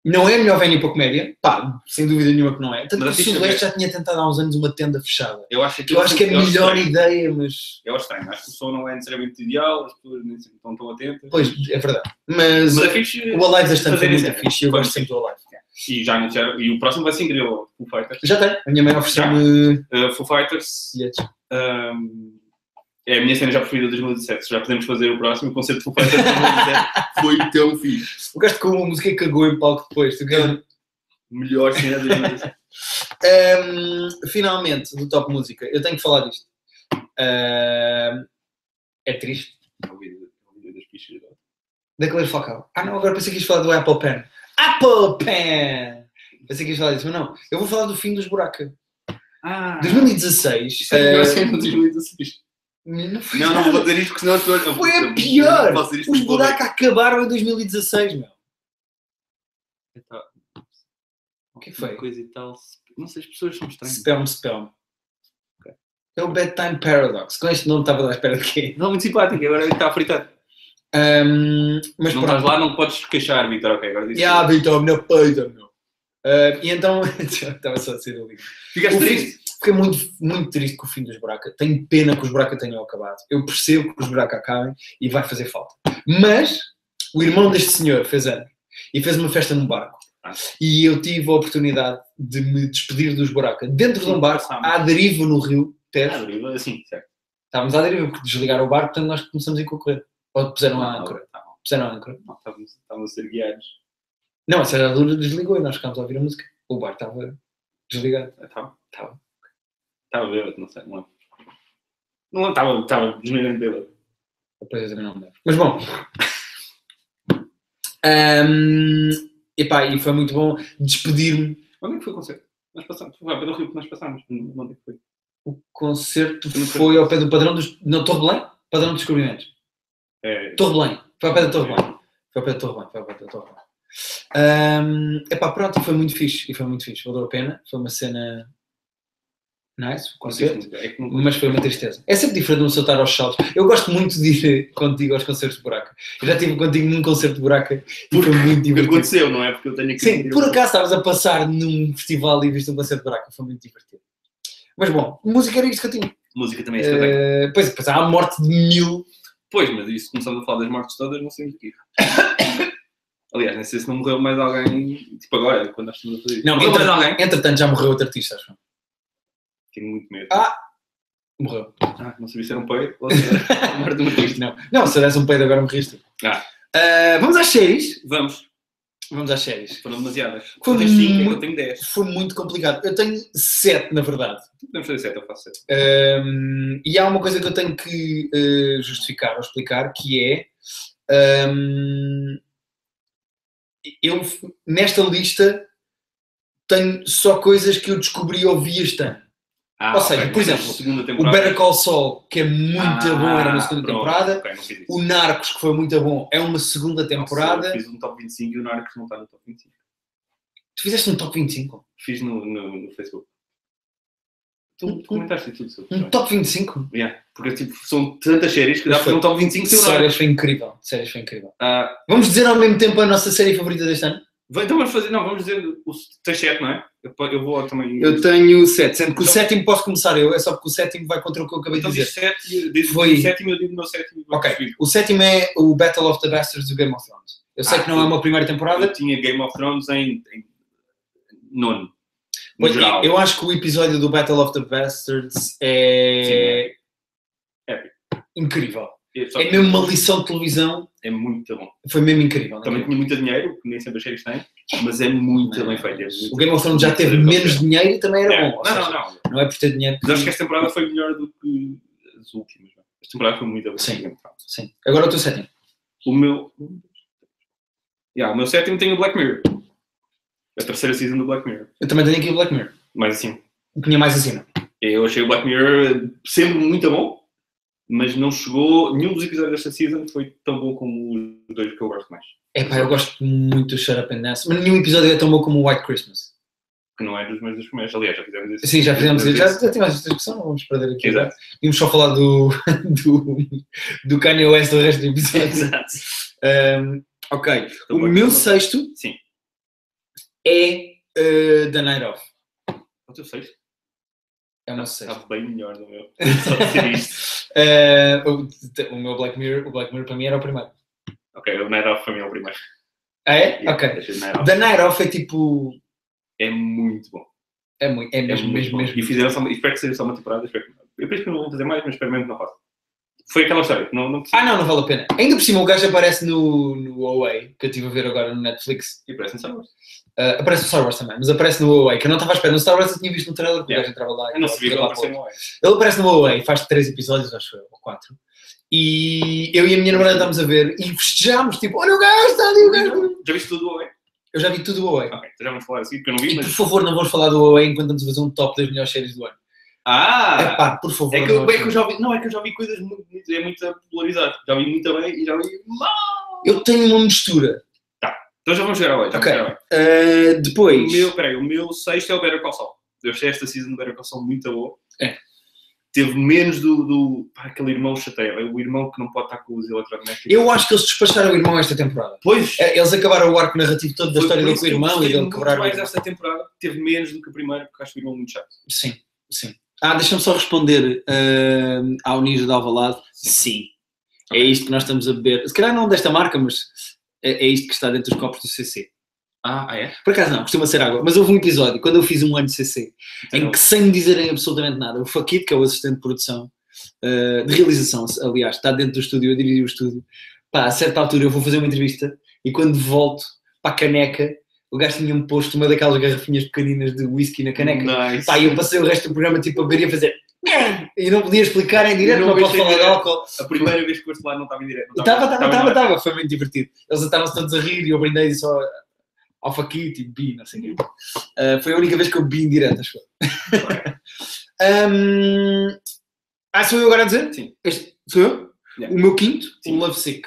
B: Não é a melhor venue para comédia, pá, sem dúvida nenhuma que não é. Tanto
C: Mas
B: que o
C: fica
B: Sudoeste já tinha tentado há uns anos uma tenda fechada.
C: eu acho
B: Que eu acho que é a
C: eu acho
B: melhor
C: estranho.
B: ideia, mas.
C: Eu acho estranho. Acho que o som não é necessariamente ideal, as pessoas nem sempre estão tão atentas.
B: Pois, é verdade. Mas,
C: Mas é fixe.
B: o Alive da Estante é
C: fazer isso,
B: muito
C: é.
B: fixe, eu
C: Vamos.
B: gosto sempre do Alive.
C: E, já anunciaram, e o próximo vai ser incrível, Foo Fighters.
B: Já tem, a minha mãe ofereceu-me
C: Uh, Foo Fighters
B: bilhetes.
C: um, é a minha cena já preferida de 2017. Se Já podemos fazer o próximo. O concerto de Foo Fighters de 2017 foi tão fixe.
B: O gajo com a música cagou em palco depois, tu queres-
C: Melhor cena de 2017.
B: Um, finalmente, do Top Música, eu tenho que falar disto. Um, é triste.
C: A vida- a vida das pichas.
B: Da Claire Falcao. Ah, não, agora pensei que ias falar do Apple Pen. Apple Pen! Pensei que ias falar disso, mas não. Eu vou falar do fim dos buracos.
C: Ah,
B: 2016.
C: isso é a melhor
B: eh,
C: cena de 2016.
B: não foi
C: Não,
B: nada.
C: não vou dizer isto porque senão as pessoas. eu-
B: eh, Foi a
C: eu- eu-
B: pior!
C: eu posso dizer isto
B: Os
C: porque vou ver.
B: buracos acabaram em 2016, meu. O que é que foi?
C: Coisa e tal. Não sei, as pessoas são estranhas.
B: Spelm, spelm. É o Bedtime Paradox. Com este nome estava à espera de quê?
C: Não, muito simpático, agora ele está fritado.
B: Um, mas
C: não
B: pronto.
C: estás lá, não podes queixar, Vitor, ok, agora disse.
B: E a habita na peita, meu. Ah, e então, estava só a ser ali.
C: Ficaste
B: O fim-
C: triste.
B: Fiquei muito, muito triste com o fim dos Braca. Tenho pena que os Braca tenham acabado. Eu percebo que os Braca acabem e vai fazer falta. Mas o irmão deste senhor fez anos e fez uma festa num barco.
C: Ah.
B: E eu tive a oportunidade de me despedir dos Braca dentro de um barco,
C: Sim,
B: à deriva no rio Tejo.
C: Ah, assim, certo.
B: Estávamos à deriva porque desligaram o barco, portanto nós começamos a ir com a correr. Ou puseram a âncora.
C: Tá bom,
B: Puseram a âncora.
C: não, estávamos estávamos a ser guiados.
B: Não, a Serra Dura desligou e nós ficámos a ouvir a música. O bar estava desligado.
C: Ah, Estava,
B: Tá bom.
C: estava bêbado, não sei, não lembro. Não lembro, estava, estava desmedendo bêbado.
B: Depois eu também não me lembro. Mas bom. Ahm, epá, e foi muito bom despedir-me.
C: Onde é que foi o concerto? Nós passamos, foi lá pelo Rio que nós passámos. Onde é que foi?
B: O concerto foi ao pé do padrão dos. Não, Torre Belém? Padrão dos descobrimentos.
C: É,
B: Torre Belém. Foi ao pé da Torre Belém. Foi ao pé da Torre Belém. Foi ao pé da Torre Belém. Ahm, epá, pronto, e foi muito fixe. E foi muito fixe. Valeu a pena. Foi uma cena. Nice, o concerto.
C: é que não
B: mas foi uma tristeza. É sempre diferente de um saltar aos saltos. Eu gosto muito de ir contigo aos concertos de buraca. Eu já estive contigo num concerto de buraca e foi muito
C: o que
B: divertido.
C: aconteceu, não é? Porque eu tenho que.
B: Sim, por acaso estavas a passar num festival e viste um concerto de buraca, foi muito divertido. Mas bom, música era isto que eu tinha.
C: Música também é isto que eu tenho.
B: Eh, pois, pois há a morte de mil.
C: Pois, mas isso começamos a falar das mortes todas, não sei o que. Aliás, nem sei se não morreu mais alguém, tipo agora, quando nós estamos a fazer isto.
B: Não,
C: morreu
B: entra-
C: mais alguém?
B: Entretanto, já morreu outro artista, acho. eu.
C: Tenho muito medo.
B: Ah. Morreu.
C: Ah, não sabia se era um peito. ou se era a morte de um artista.
B: Não, não se desse um peido agora morriste.
C: Ah.
B: Ah, vamos às séries.
C: Vamos,
B: Vamos às séries.
C: foram demasiadas.
B: Foi
C: Tu tens 5,
B: muito-
C: eu tenho 10.
B: Foi muito complicado. Eu tenho sete, na verdade.
C: Podemos fazer 7, eu faço 7.
B: Um, e há uma coisa que eu tenho que eh, justificar ou explicar, que é um, eu f- nesta lista tenho só coisas que eu descobri ou vi este ano.
C: Ah,
B: Ou seja,
C: ok,
B: por
C: mas a
B: exemplo,
C: segunda
B: O
C: temporada.
B: Better Call Saul, que é muito bom, era na segunda
C: Ah, pronto,
B: temporada.
C: ok, não fiz isso.
B: O Narcos, que foi muito bom, é uma segunda temporada.
C: Nossa, eu fiz um top 25 e o Narcos não está no top 25.
B: Tu fizeste um top 25?
C: Fiz no, no, no Facebook.
B: Hum,
C: Tu, tu comentaste tudo sobre
B: Um
C: isso.
B: top 25?
C: Yeah, porque tipo, são tantas séries que dá para fazer um top 25 sem o Narcos.
B: Séries foi incrível. Séries foi incrível.
C: Ah,
B: Vamos dizer ao mesmo tempo a nossa série favorita deste ano?
C: vai- então vamos fazer, não, vamos dizer, o, tens 7, não é? Eu, eu vou também...
B: Eu tenho sete, sendo que o
C: Então-
B: sétimo posso começar eu, é só porque o sétimo vai contra o que eu acabei
C: Então
B: de
C: diz
B: dizer.
C: 7, diz
B: Foi-
C: o sétimo, eu digo o meu sétimo. vou
B: Ok,
C: subir.
B: o sétimo é o Battle of the Bastards do Game of Thrones. Eu sei
C: Ah,
B: que não é uma primeira
C: Eu
B: temporada,
C: tinha Game of Thrones em, em nono, no
B: mas é
C: geral.
B: eu acho que o episódio do Battle of the Bastards é incrível.
C: Eu só-
B: É mesmo uma lição de televisão,
C: é muito bom.
B: foi mesmo incrível. né?
C: Também
B: incrível.
C: tinha muito dinheiro, que nem sempre as séries têm, mas é muito bem feito. é muito-
B: O Game of Thrones já teve menos dinheiro e também era
C: É.
B: bom. ou
C: Não, não,
B: seja,
C: não.
B: Não é por ter dinheiro.
C: Mas acho que esta temporada foi melhor do que as últimas. não é? Esta temporada foi muito boa.
B: Sim. Sim. Agora o teu sétimo.
C: O meu. Yeah, o meu sétimo tem o Black Mirror. A terceira season do Black Mirror.
B: Eu também tenho aqui o Black Mirror.
C: Mas assim,
B: Tinha mais acima.
C: eu achei o Black Mirror sempre muito bom, mas não chegou. Nenhum dos episódios desta season foi tão bom como os dois que eu gosto mais.
B: Epá, eu gosto muito do Shut Up and Dance, mas nenhum episódio é tão bom como o White Christmas.
C: Que não é dos meus dos primeiros. Aliás, já fizemos isso.
B: Sim, já fizemos, já, já tivemos esta discussão, não vamos perder aqui.
C: Exato.
B: Íamos só falar do, do, do Kanye West do resto do episódio.
C: Exato.
B: Um, ok,
C: Então,
B: o
C: Black
B: meu
C: Mirror.
B: sexto
C: Sim.
B: é uh, The Night Of.
C: O teu sexto
B: É o meu
C: está
B: sexto.
C: bem melhor do meu. Só dizer Ah, isto.
B: Uh, o, o meu Black Mirror, o Black Mirror para mim era o primeiro.
C: Ok, o Night Off foi meu primeiro.
B: Ah, é?
C: Yeah,
B: Ok.
C: deixa o Night Off.
B: The Night Of é tipo.
C: É muito bom.
B: É, muito, é
C: É
B: mesmo,
C: muito
B: mesmo,
C: bom.
B: mesmo.
C: E fizeram só, uma- espero que seja só uma temporada. Espero que... Eu penso que não vou fazer mais, mas espero mesmo que não faça. Foi aquela história. Não, não
B: Ah, não, não vale a pena. Ainda por cima, o gajo aparece no, no OA, que eu estive a ver agora no Netflix.
C: E parece-me só.
B: Uh, aparece no Star Wars também, mas aparece no Huawei, que eu não estava à espera. No Star Wars eu tinha visto no trailer que o
C: Yeah.
B: gajo entrava lá.
C: Eu
B: e
C: não sabia que
B: ficava
C: ela apareceu
B: Ah, lá um com
C: no
B: outro.
C: ar.
B: Ele aparece no Huawei, faz três episódios, acho eu, ou quatro. E eu e a minha namorada estamos a ver e festejámos, tipo, olha o gajo, está ali o gajo.
C: Já viste tudo do Huawei?
B: Eu já vi tudo do Huawei.
C: Ok, então já vamos falar assim, porque eu não
B: E
C: vi,
B: por
C: mas...
B: favor, não vamos falar do Huawei enquanto estamos a fazer um top das melhores séries do ano.
C: Ah!
B: Epá, por favor.
C: É que, eu,
B: não.
C: é que eu já vi... Não, é que eu já vi coisas muito... muito- É muito a popularizar. Já vi muito bem e já vi mal.
B: Eu tenho uma mistura.
C: Então já vamos chegar ao Huawei. já vamos
B: Ok.
C: chegar ao Huawei.
B: Uh,
C: O
B: depois.
C: meu, peraí, o meu sexto é o Better Call Saul. Eu achei esta season do Better Call Saul muito boa.
B: É.
C: Teve menos do... do pá, aquele irmão chateia. é O irmão que não pode estar com os eletrodomésticos.
B: Eu acho que eles despacharam o irmão esta temporada.
C: Pois...
E: É,
B: Eh, Eles acabaram o arco narrativo todo da
C: Foi
B: história
C: por
B: dele
C: isso
B: com o
C: que eu
B: irmão e
C: gostei
B: dele
C: muito
B: quebrar o
C: mais
B: irmão.
C: esta temporada teve menos do que a primeira, porque acho que o irmão é muito chato.
B: Sim, sim.
E: Ah, deixa-me só responder ahm, ao Ninja de Alvalade. Sim. É isto que nós estamos a beber. Se calhar não desta marca, mas é, é isto que está dentro dos copos do CC.
C: Ah, é?
E: Por acaso não, costuma ser água. Mas houve um episódio, quando eu fiz um ano de CC, em que sem me dizerem absolutamente nada, o Faquito, que é o assistente de produção, ah, de realização, aliás, está dentro do estúdio, eu dirigi o estúdio. Pá, a certa altura eu vou fazer uma entrevista e quando volto para a caneca, o gajo tinha-me posto uma daquelas garrafinhas pequeninas de whisky na caneca.
C: Nice.
E: Pá, e eu passei o resto do programa tipo a beber e a fazer e não podia explicar em direto,
C: Eu
E: não,
C: não
E: posso
C: pensei
E: falar de
C: direto.
E: álcool.
C: A primeira vez que foste lá não estava em direto. não
E: Estava,
C: estava
E: estava,
C: em
E: estava,
C: direto.
E: estava, foi muito divertido. Eles estavam-se todos a rir e eu brindei só ao faquito e bi, não sei o quê. Ah, foi a única vez que eu bi em direto, acho eu. Hum, ah, sou eu agora a dizer?
C: Sim.
E: Este- sou eu?
C: Yeah.
E: O meu quinto,
C: Sim.
E: o Love Sick.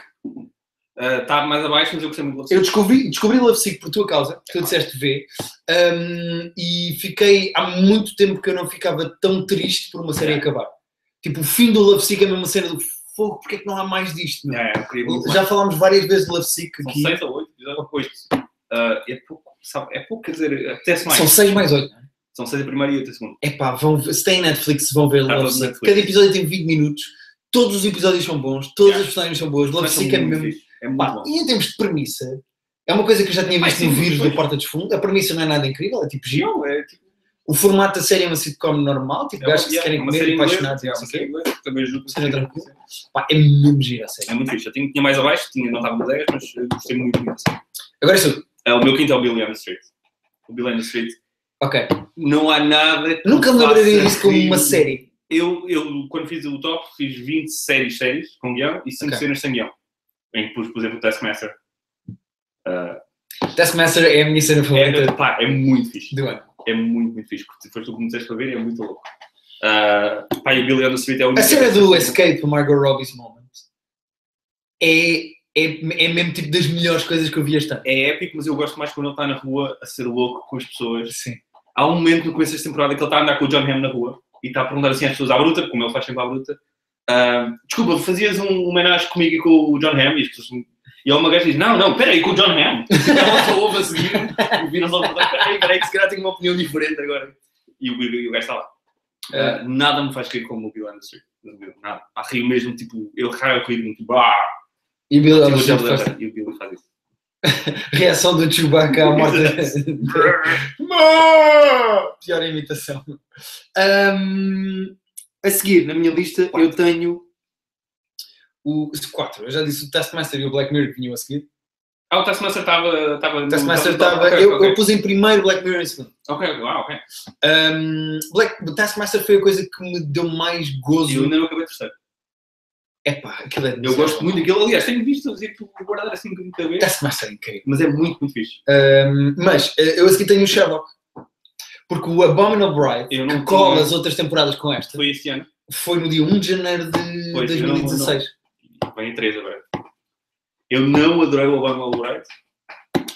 C: Ah, Está mais abaixo, mas eu gostei muito de você.
E: Eu descobri, descobri Love Sick por tua causa, que tu disseste ver, hum, e fiquei há muito tempo que eu não ficava tão triste por uma série acabar. Tipo, o fim do Love Sick é a mesma cena do fogo, porque é que não há mais disto? meu?
C: É, eu queria muito mais.
E: Já falámos várias vezes de Love Sick
C: São
E: aqui.
C: 6 ou 8 episódios. Oito. Ah, é pouco, sabe? É pouco, quer dizer, apetece mais.
E: São seis mais oito.
C: São 6 a primeira e 8 a segunda.
E: Epá, vão ver, se têm Netflix, vão ver
C: Tá
E: Love
C: todo
E: Sick.
C: Netflix.
E: Cada episódio tem 20 minutos, todos os episódios são bons, todas
C: Yeah.
E: as personagens são boas, Love
C: Mas são
E: Sick é
C: muito
E: mesmo.
C: fixe. É muito
E: Pá,
C: bom.
E: e em termos de premissa,
B: É uma coisa que eu já tinha
C: Vai,
B: visto
C: sim,
B: no vírus
C: pois.
B: da Porta dos Fundos. A premissa não é nada incrível, é tipo giro.
C: Não, é tipo.
B: O formato da série é uma sitcom normal, tipo
C: é uma-
B: gajos que se
C: yeah,
B: querem
C: uma
B: comer
C: série
B: e apaixonados.
C: inglesa, yeah, uma série inglesa, Também juro que
B: Seja
C: sim.
B: tranquilo. Pá, é mesmo giro a série.
C: É muito fixe. Eu tinha, tinha mais abaixo, tinha, não estava no 10, mas eu gostei muito muito.
B: Agora sou.
C: É, o meu quinto é o Billy on the Street. O Billy on the Street. É
B: Ok.
C: Não há nada. que
B: Nunca me
C: faça
B: lembraria disso como
C: rir.
B: uma série.
C: Eu, eu, quando fiz o top, fiz 20 séries séries com guião e 5
B: Ok.
C: cenas sem guião. Em que pus, por exemplo, o Taskmaster. Ah,
B: Taskmaster é a minha cena favorita
C: é, pá, é muito fixe.
B: do ano.
C: É muito, muito fixe. Porque Depois tu que me disseste para ver e é muito louco. Ah, pá, e o Billy on the Street é o
B: A
C: único-
B: cena do Escape, o Margot Robbie's Moment, é, é, é mesmo tipo das melhores coisas que eu vi este ano.
C: É épico, mas eu gosto mais quando ele está na rua a ser louco com as pessoas.
B: Sim.
C: há um momento no começo desta temporada que ele está a andar com o John Hamm na rua e está a perguntar assim às pessoas à bruta, como ele faz sempre à bruta, ah, desculpa, fazias um homenagem comigo e com o John Hamm? E, as pessoas, e há uma gaja que diz, não, não, peraí, com o John Hamm. E ela só ouve a seguir e viram-se logo para trás, peraí, peraí, que se calhar tenho uma opinião diferente agora. E o, e o gajo está lá. Ah, nada me faz rir como o Bill Anderson. Nada. Há rio mesmo, tipo, "Ah, eu raio rir muito, bah,
B: E o Bill
C: tipo,
B: Ellis
C: o John
B: sempre faz-
C: Hamm, e o Bill faz isso.
B: reação do Chewbacca à morte.
C: Mó!
B: Pior imitação. Ahm, a seguir, na minha lista, eu tenho o 4. Eu já disse o Taskmaster e o Black Mirror que vinham a seguir.
C: Ah, o Taskmaster estava...
B: O Taskmaster estava.
C: Ok,
B: eu,
C: ok.
B: eu pus em primeiro Black Mirror em segundo.
C: Ok, uau, ok.
B: Ahm, Black, o Taskmaster foi a coisa que me deu mais
C: E eu
B: gozo.
C: ainda não acabei de terceiro.
B: Epá, aquilo é
C: Eu
B: demasiado
C: gosto
B: bom.
C: muito daquilo. Aliás, tenho visto dizer que o guardar assim um bocadinho de cabeça.
B: Taskmaster é incrível.
C: Mas é muito, muito fixe.
B: Ahm, mas eh, eu a seguir tenho o Sherlock. Porque o Abominable Bride,
C: Eu
B: que
C: não
B: cola
C: colas.
B: as outras temporadas com esta,
C: Foi este ano.
B: foi no dia 1 de janeiro de
C: Pois, eu não-
B: 2016.
C: Vem a três agora. Eu não adorei o Obama Albright.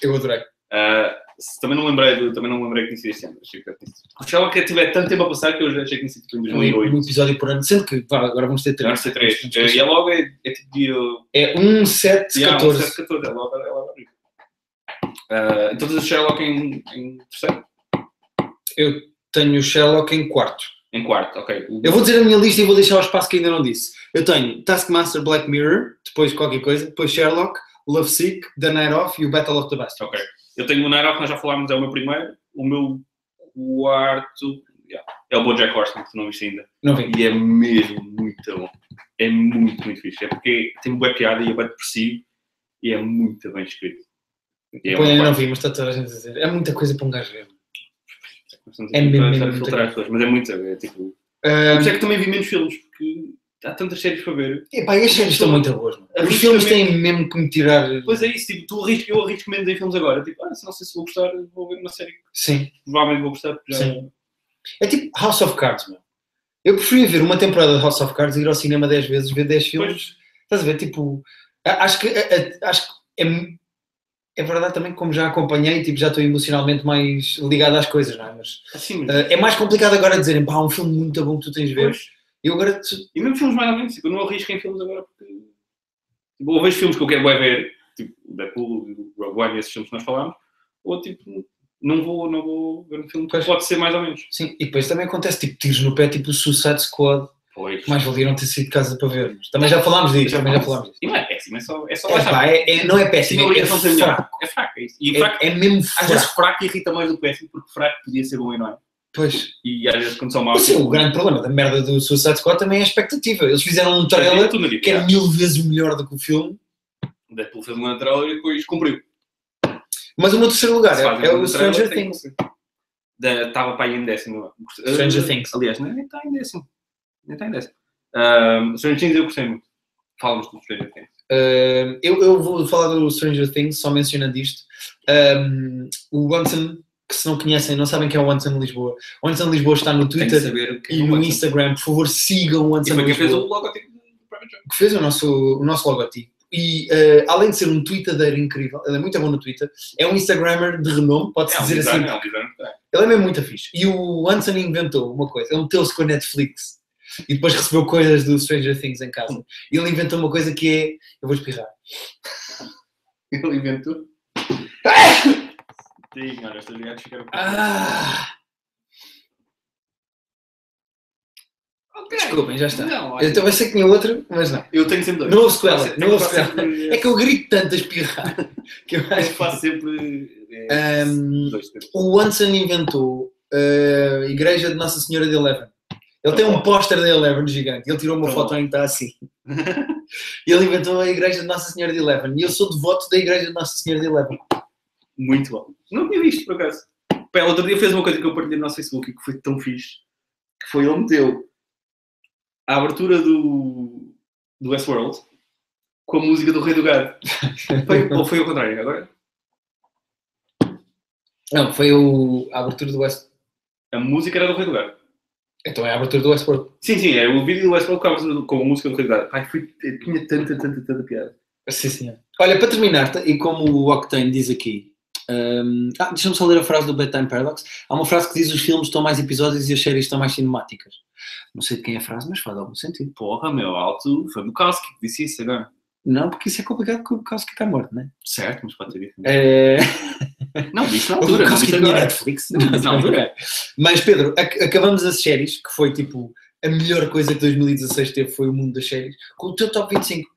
B: Eu adorei.
C: Ah, se- também não lembrei do, também não lembrei que tinha sido este ano. Achei que era isso. Achava que tiver tanto tempo a passar que eu já achei que tinha sido tipo em
B: Um,
C: 2008.
B: um episódio por ano, sendo que vá, agora vamos ter três.
C: Não sei, três. Eh, E é logo, é, é tipo dia...
B: É 1, 7,
C: dia
B: 14.
C: 14. 14. É logo, é logo abril. Ah, então tens o Sherlock em, em terceiro?
B: Eu tenho o Sherlock em quarto.
C: Em quarto, ok. O-
B: Eu vou dizer a minha lista e vou deixar o espaço que ainda não disse. Eu tenho Taskmaster, Black Mirror, depois qualquer coisa, depois Sherlock, Love Sick, The Night Off e o Battle of the Bastards.
C: Ok. Eu tenho o Night Off, nós já falámos, é o meu primeiro. O meu quarto yeah, é o Bojack Horseman, que tu não viste ainda.
B: Não vi.
C: E é mesmo muito bom. É muito, muito fixe. É porque tem boa piada e é bem depressivo e é muito bem escrito. E é
B: Põe,
C: uma
B: eu não
C: parte-
B: vi, mas está toda a gente a dizer. É muita coisa para um gajo ver.
C: estamos
B: é
C: a
B: mesmo,
C: filtrar
B: mesmo,
C: as pessoas, mas é muito, é tipo...
B: Ah,
C: Por isso é que também vi menos filmes, porque há tantas séries para ver.
B: epá, e as séries estão muito boas. mano. Os
C: Arrisca
B: filmes
C: mesmo.
B: têm mesmo que me tirar.
C: Pois é isso, tipo, tu arrisco, eu arrisco menos em filmes agora. Tipo, ah, se não sei se vou gostar, vou ver uma série que
B: Sim.
C: provavelmente vou gostar, porque já...
B: Sim. É tipo House of Cards, meu. Eu preferia ver uma temporada de House of Cards e ir ao cinema 10 vezes, ver 10 filmes.
C: é. Pois,
B: Estás a ver? Tipo, a- acho que, a- a- acho que é, mu- é verdade também, como já acompanhei, tipo, já estou emocionalmente mais ligado às coisas, não é? Mas
C: assim, mas...
B: eh, é mais complicado agora dizerem, pá, há um filme muito bom que tu tens de ver.
C: Pois.
B: Eu agora, tu-
C: E mesmo filmes mais ou menos, tipo, eu não arrisco em filmes agora porque. Tipo, ou vejo filmes que eu quero bué ver, tipo o Deadpool, o Rogue One, esses filmes que nós falámos, ou tipo, não vou, não vou ver um filme que
B: Pois.
C: pode ser mais ou menos.
B: sim, e depois também acontece, tipo, tiros no pé, tipo, o Suicide Squad,
C: Pois.
B: mais valia não ter sido de casa para ver. Mas também já falámos disto, também já falámos disto.
C: E não é péssimo, é só. É assim, só
B: É, pá, é- é- não é péssimo, é, é fraco.
C: É fraco, é isso. E fraco,
B: É, é mesmo
C: às vezes
B: fraco.
C: fraco irrita mais do que péssimo, porque fraco podia ser bom e não é.
B: Pois.
C: E às vezes quando são maus. tipo,
B: Esse é o grande problema da merda do Suicide Squad também é a expectativa. Eles fizeram um
C: trailer.
B: trailer que era mil vezes melhor do que o filme.
C: O Deadpool fez um trailer e depois cumpriu.
B: Mas o meu terceiro lugar
C: Se
B: é,
C: fazem
B: é
C: um
B: o Stranger
C: trailer, tem que
B: Things.
C: Estava para aí em décimo. Eh,
B: Stranger Things.
C: Aliás, nem está em décimo. Nem está em décimo. Ahm, Stranger Things eu gostei muito. Fala-nos do Stranger Things.
B: Um, eu, eu vou falar do Stranger Things, só mencionando isto. Um, o Wanson, que se não conhecem, não sabem quem é o Wanson Lisboa. O Wanson Lisboa está
C: Tem
B: no
C: que
B: Twitter
C: saber o que é
B: e
C: o
B: no
C: Watson.
B: Instagram. Por favor, sigam o
C: E
B: Wanson
C: foi quem
B: Lisboa.
C: fez o logotipo do Private Joke.
B: que fez o nosso, o nosso logotipo. E eh, além de ser um tweetadeiro incrível, ele é muito bom no Twitter, é um Instagrammer de renome, pode-se
C: É um
B: dizer assim.
C: design, é um design.
B: Ele é mesmo muito fixe. E o Anson inventou uma coisa. Ele meteu-se com a Netflix e depois recebeu coisas do Stranger Things em casa. E ele inventou uma coisa que é. Eu vou espirrar.
C: Ele inventou. Sim, olha, estes Ah, gatos ficaram.
B: Ah!
C: Ok.
B: Desculpem, já está.
C: Não, olha,
B: Eu também sei que tinha outro, mas não.
C: eu tenho sempre dois.
B: Não houve sequela,
C: Faço-
B: não
C: tenho-
B: houve
C: faço
B: sequela.
C: sempre-
B: É que eu grito tanto a espirrar que eu
C: eu
B: acho ehm, que
C: faço sempre. é,
B: Ahm,
C: dois tempos.
B: o Anson inventou uh, a igreja de Nossa Senhora de Eleven. Ele tem um póster da Eleven gigante. Ele tirou uma
C: Tá
B: foto
C: bom.
B: em que está assim. Ele inventou a igreja de Nossa Senhora de Eleven. E eu sou devoto da igreja de Nossa Senhora de Eleven.
C: Muito bom. Não tinha visto, por acaso. Pá, ela outro dia fez uma coisa que eu partilhei no nosso Facebook e que foi tão fixe. Que foi, ele meteu a abertura do, do Westworld com a música do Rei do Gado. Foi, ou foi ao contrário, agora?
B: Não, foi o- a abertura do West.
C: A música era do Rei do Gado.
B: Então é a abertura do Westworld.
C: Sim, sim, é o vídeo do Westworld com a, abertura do- com a música do Rei do Gado. Ai, foi, tinha tanta, tanta, tanta piada.
B: Sim, senhor. Olha, para terminar, tá- e como o Octane diz aqui. hum, ah, deixa-me só ler a frase do Bedtime Paradox. Há uma frase que diz os filmes estão mais episódios e as séries estão mais cinemáticas. Não sei de quem é a frase, mas faz algum sentido.
C: Porra, meu, alto. Foi Bukowski que disse isso agora.
B: Não, porque isso é complicado porque o Bukowski está morto, não é?
C: Certo, mas pode ter dito.
B: É...
C: Não, disse na
B: O
C: altura. não
B: Bukowski
C: disse
B: tinha
C: agora.
B: Netflix.
C: Mas na altura.
B: Mas Pedro, ac- acabamos as séries, que foi tipo a melhor coisa que 2016 teve foi o mundo das séries, com o teu top 25.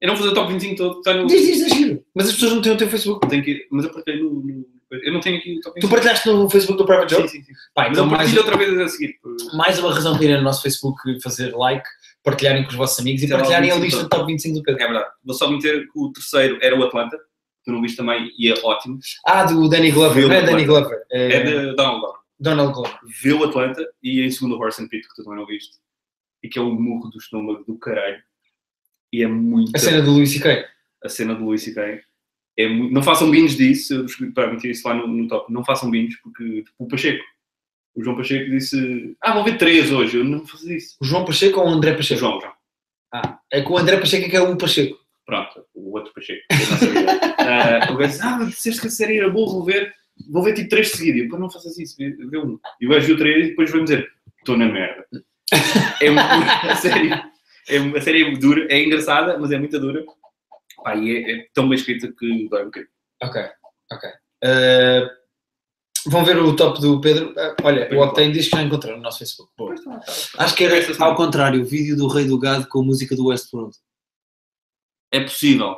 C: Eu não vou fazer o top 25 todo, está no.
B: Diz, diz, diz, giro. Mas as pessoas não têm o teu Facebook.
C: Tenho que ir- mas eu partilhei no, no- Eu não tenho aqui o top
B: Tu
C: 25.
B: partilhaste no Facebook do Private Joke?
C: Sim, sim, sim.
B: Pá,
C: Mas
B: então
C: eu
B: mais,
C: partilho outra vez a seguir.
B: mais uma razão para irem no nosso Facebook fazer like, partilharem com os vossos amigos e
C: Então,
B: partilharem a
C: 25
B: lista do top 25 do Pedro.
C: É verdade. Vou só meter que o terceiro era o Atlanta. Tu não viste também e é ótimo.
B: Ah, do Danny Glover.
C: Viu,
B: Não é
C: claro.
B: Danny Glover.
C: É,
B: É
C: de Donald Glover.
B: Donald Glover.
C: Vê o Atlanta e em segundo o Horace and Pete, que tu também não viste. E que é o murro do estômago do caralho. E é muito.
B: A cena do Luís C.K.
C: a cena do Luís C.K. É muito... Não façam bins disso, eu escrevi para meter isso lá no, no top. Não façam bins, porque tipo, o Pacheco, o João Pacheco disse: Ah, vou ver três hoje. Eu não vou fazer isso.
B: O João Pacheco ou o André Pacheco?
C: João, João.
B: É com o André Pacheco que é o Pacheco.
C: Pronto, o outro Pacheco. Eu não sabia. Ah, o gajo disse: Ah, mas disseste que a série era boa, vou ver. Vou ver tipo três de seguida. E eu, "Pá, não faças isso, vê, vê um. E o gajo viu três e depois vai-me dizer: Estou na merda. É muito. a série. É, a série é dura, é engraçada, mas é muito dura. Pá, e é, é tão bem escrita que dói um bocadinho.
B: Ok, ok. Eh, vão ver o top do Pedro. Ah, olha, o Octane diz que já encontrou no nosso Facebook. Boa.
C: Pois, tá, tá.
B: Acho que era
C: Essa semana.
B: ao contrário, o vídeo do Rei do Gado com a música do Westworld.
C: É possível.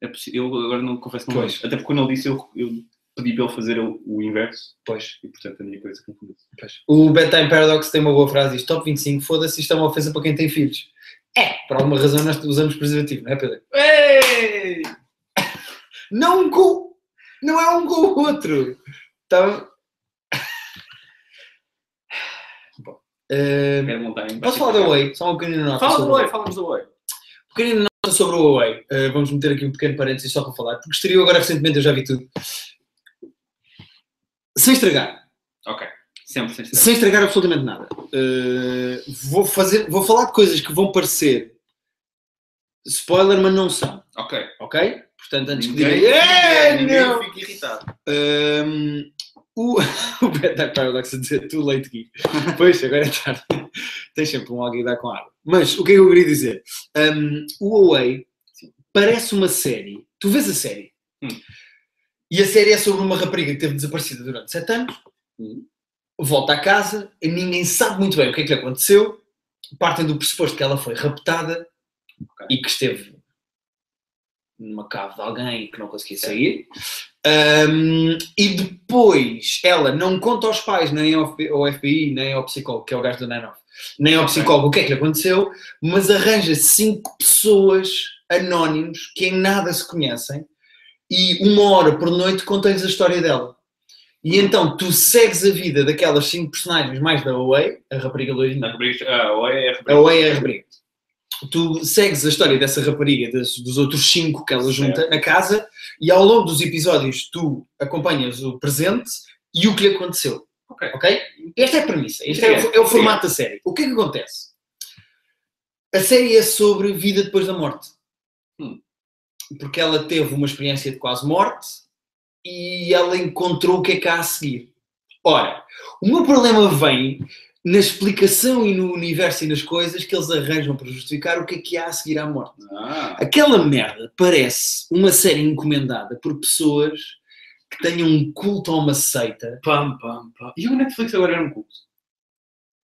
C: É possi- Eu agora não confesso que não
B: Pois.
C: vejo. Até porque quando ele disse, eu, eu pedi para ele fazer o, o inverso.
B: Pois.
C: E portanto a minha coisa confundiu-se.
B: O Bedtime Paradox tem uma boa frase, diz top 25, foda-se, isto é uma ofensa para quem tem filhos. É, por alguma razão nós usamos preservativo, não é Pedro?
C: Ei!
B: Não com... Não é um com o outro. Então... Bom, eh,
C: Quero montar em-
B: posso falar da Way? Só um bocadinho nota.
C: Fala do
B: sobre a
C: Oi, falamos do Oi.
B: Um pequeno nota sobre o Huawei. Uh, vamos meter aqui um pequeno parênteses só para falar, porque estreou agora recentemente, eu já vi tudo. Sem estragar.
C: Sempre, sem estresse.
B: Sem estragar absolutamente nada. Uh, vou, fazer, vou falar de coisas que vão parecer spoiler, mas não são.
C: Ok.
B: Ok? Portanto, antes que
C: Ninguém-
B: diga.
C: ninguém- ninguém
B: não!
C: fique irritado.
B: Um, o o Bedtime Paradox a dizer too late Gui. Pois, agora é tarde. Tens sempre um alguém a dar com água. Mas o que é que eu queria dizer? Um, o Away parece uma série. Tu vês a série.
C: Hum.
B: E a série é sobre uma rapariga que teve desaparecida durante sete anos.
C: Hum.
B: Volta à casa e ninguém sabe muito bem o que é que lhe aconteceu. Partem do pressuposto que ela foi raptada e que esteve numa cave de alguém e que não conseguia sair. Um, e depois ela não conta aos pais, nem ao F- ao FBI, nem ao psicólogo, que é o gajo do 99, nem ao psicólogo o que é que lhe aconteceu, mas arranja cinco pessoas anónimos que em nada se conhecem e uma hora por noite conta-lhes a história dela. E então tu segues a vida daquelas cinco personagens mais da OA, a rapariga loirinha,
C: Na rubrica. Ah, Oi é a rubrica.
B: a OE é a rapariga. Tu segues a história dessa rapariga, das- dos outros cinco que ela junta na casa, e ao longo dos episódios tu acompanhas o presente e o que lhe aconteceu.
C: Ok.
B: Esta é a premissa, este é, o- é o
C: Sim.
B: formato da série. O que é que acontece? A série é sobre vida depois da morte.
C: Hum.
B: Porque ela teve uma experiência de quase morte e ela encontrou o que é que há a seguir. Ora, o meu problema vem na explicação e no universo e nas coisas que eles arranjam para justificar o que é que há a seguir à morte.
C: Ah,
B: Aquela merda parece uma série encomendada por pessoas que tenham um culto a uma seita.
C: É pam, pam, pam. E o Netflix agora era um culto.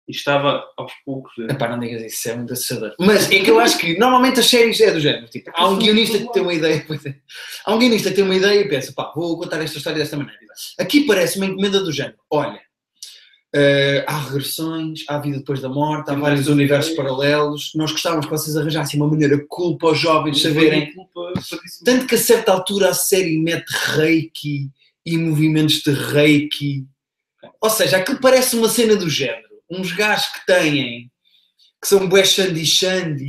C: e estava aos poucos. a-
B: Epá, não digas isso, isso é muito assustador. Mas é que eu acho que normalmente as séries é do género. Tipo, há um guionista que tem uma ideia, pois é. há um guionista que tem uma ideia e pensa, pá, vou contar esta história desta maneira. Aqui parece uma encomenda do género. Olha, eh, há regressões, há vida depois da morte, há
C: Tem
B: vários
C: várias
B: universos
C: ideias.
B: paralelos. Nós gostávamos que vocês arranjassem uma maneira cool para os jovens saberem.
C: Culpa, padíssima.
B: Tanto que a certa altura a série mete reiki e movimentos de reiki. Ou seja, aquilo parece uma cena do género. Uns gajos que têm, que são bué Xandi Xandi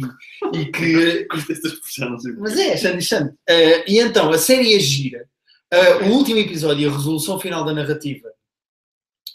B: e que.
C: Gostei desta expressão, não sei porquê.
B: Mas é, Xandi Xandi. Ah, e então, a série é gira. Ah, o último episódio e a resolução final da narrativa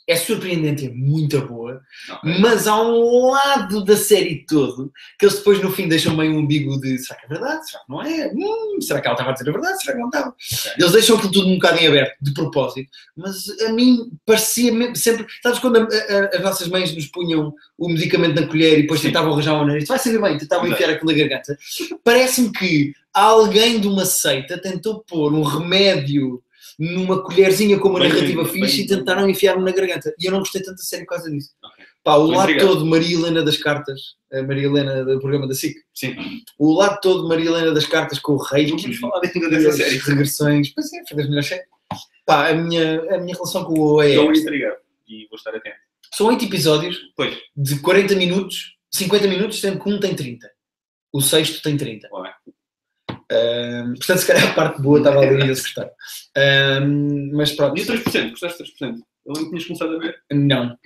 B: é surpreendente, é muito boa,
A: Ok.
B: mas há um lado da série todo que eles depois no fim deixam meio um umbigo de será que é verdade? Será que não é? Hum, será que ela estava a dizer a verdade? Será que não estava? Eles deixam aquilo tudo um bocado em aberto, de propósito, mas a mim parecia mesmo sempre. Sabes quando a- a- as nossas mães nos punham o medicamento na colher e depois
C: Sim.
B: tentavam arranjar uma nariz? Vai saber bem, tentavam
C: Exato.
B: enfiar aquilo na garganta. Parece-me que alguém de uma seita tentou pôr um remédio numa colherzinha com uma
C: Bem
B: narrativa
C: doido,
B: fixe
C: bem
B: e tentaram enfiar-me na garganta. E eu não gostei tanto da série por causa disso.
A: Ok.
B: Pá, o
A: Muito
B: lado
A: obrigado.
B: todo, Maria Helena das Cartas, a Maria Helena do programa da SIC.
C: Sim.
B: O lado todo, Maria Helena das Cartas com o rei
C: Não vamos falar ainda dessa série.
B: regressões. Pois é, foi das melhores séries. Pá, a minha, a minha relação com o OE.
C: Estou intrigado e vou estar atento.
B: São oito episódios
C: Pois.
B: de 40 minutos, 50 minutos, sendo que um tem 30. O sexto tem 30.
C: Ué.
B: Ahm, portanto, se calhar a parte boa estava ali a se gostar. Ahm, mas pronto,
C: E o 3%? Gostaste de 3%? Eu lembro que tinhas começado a ver.
B: não.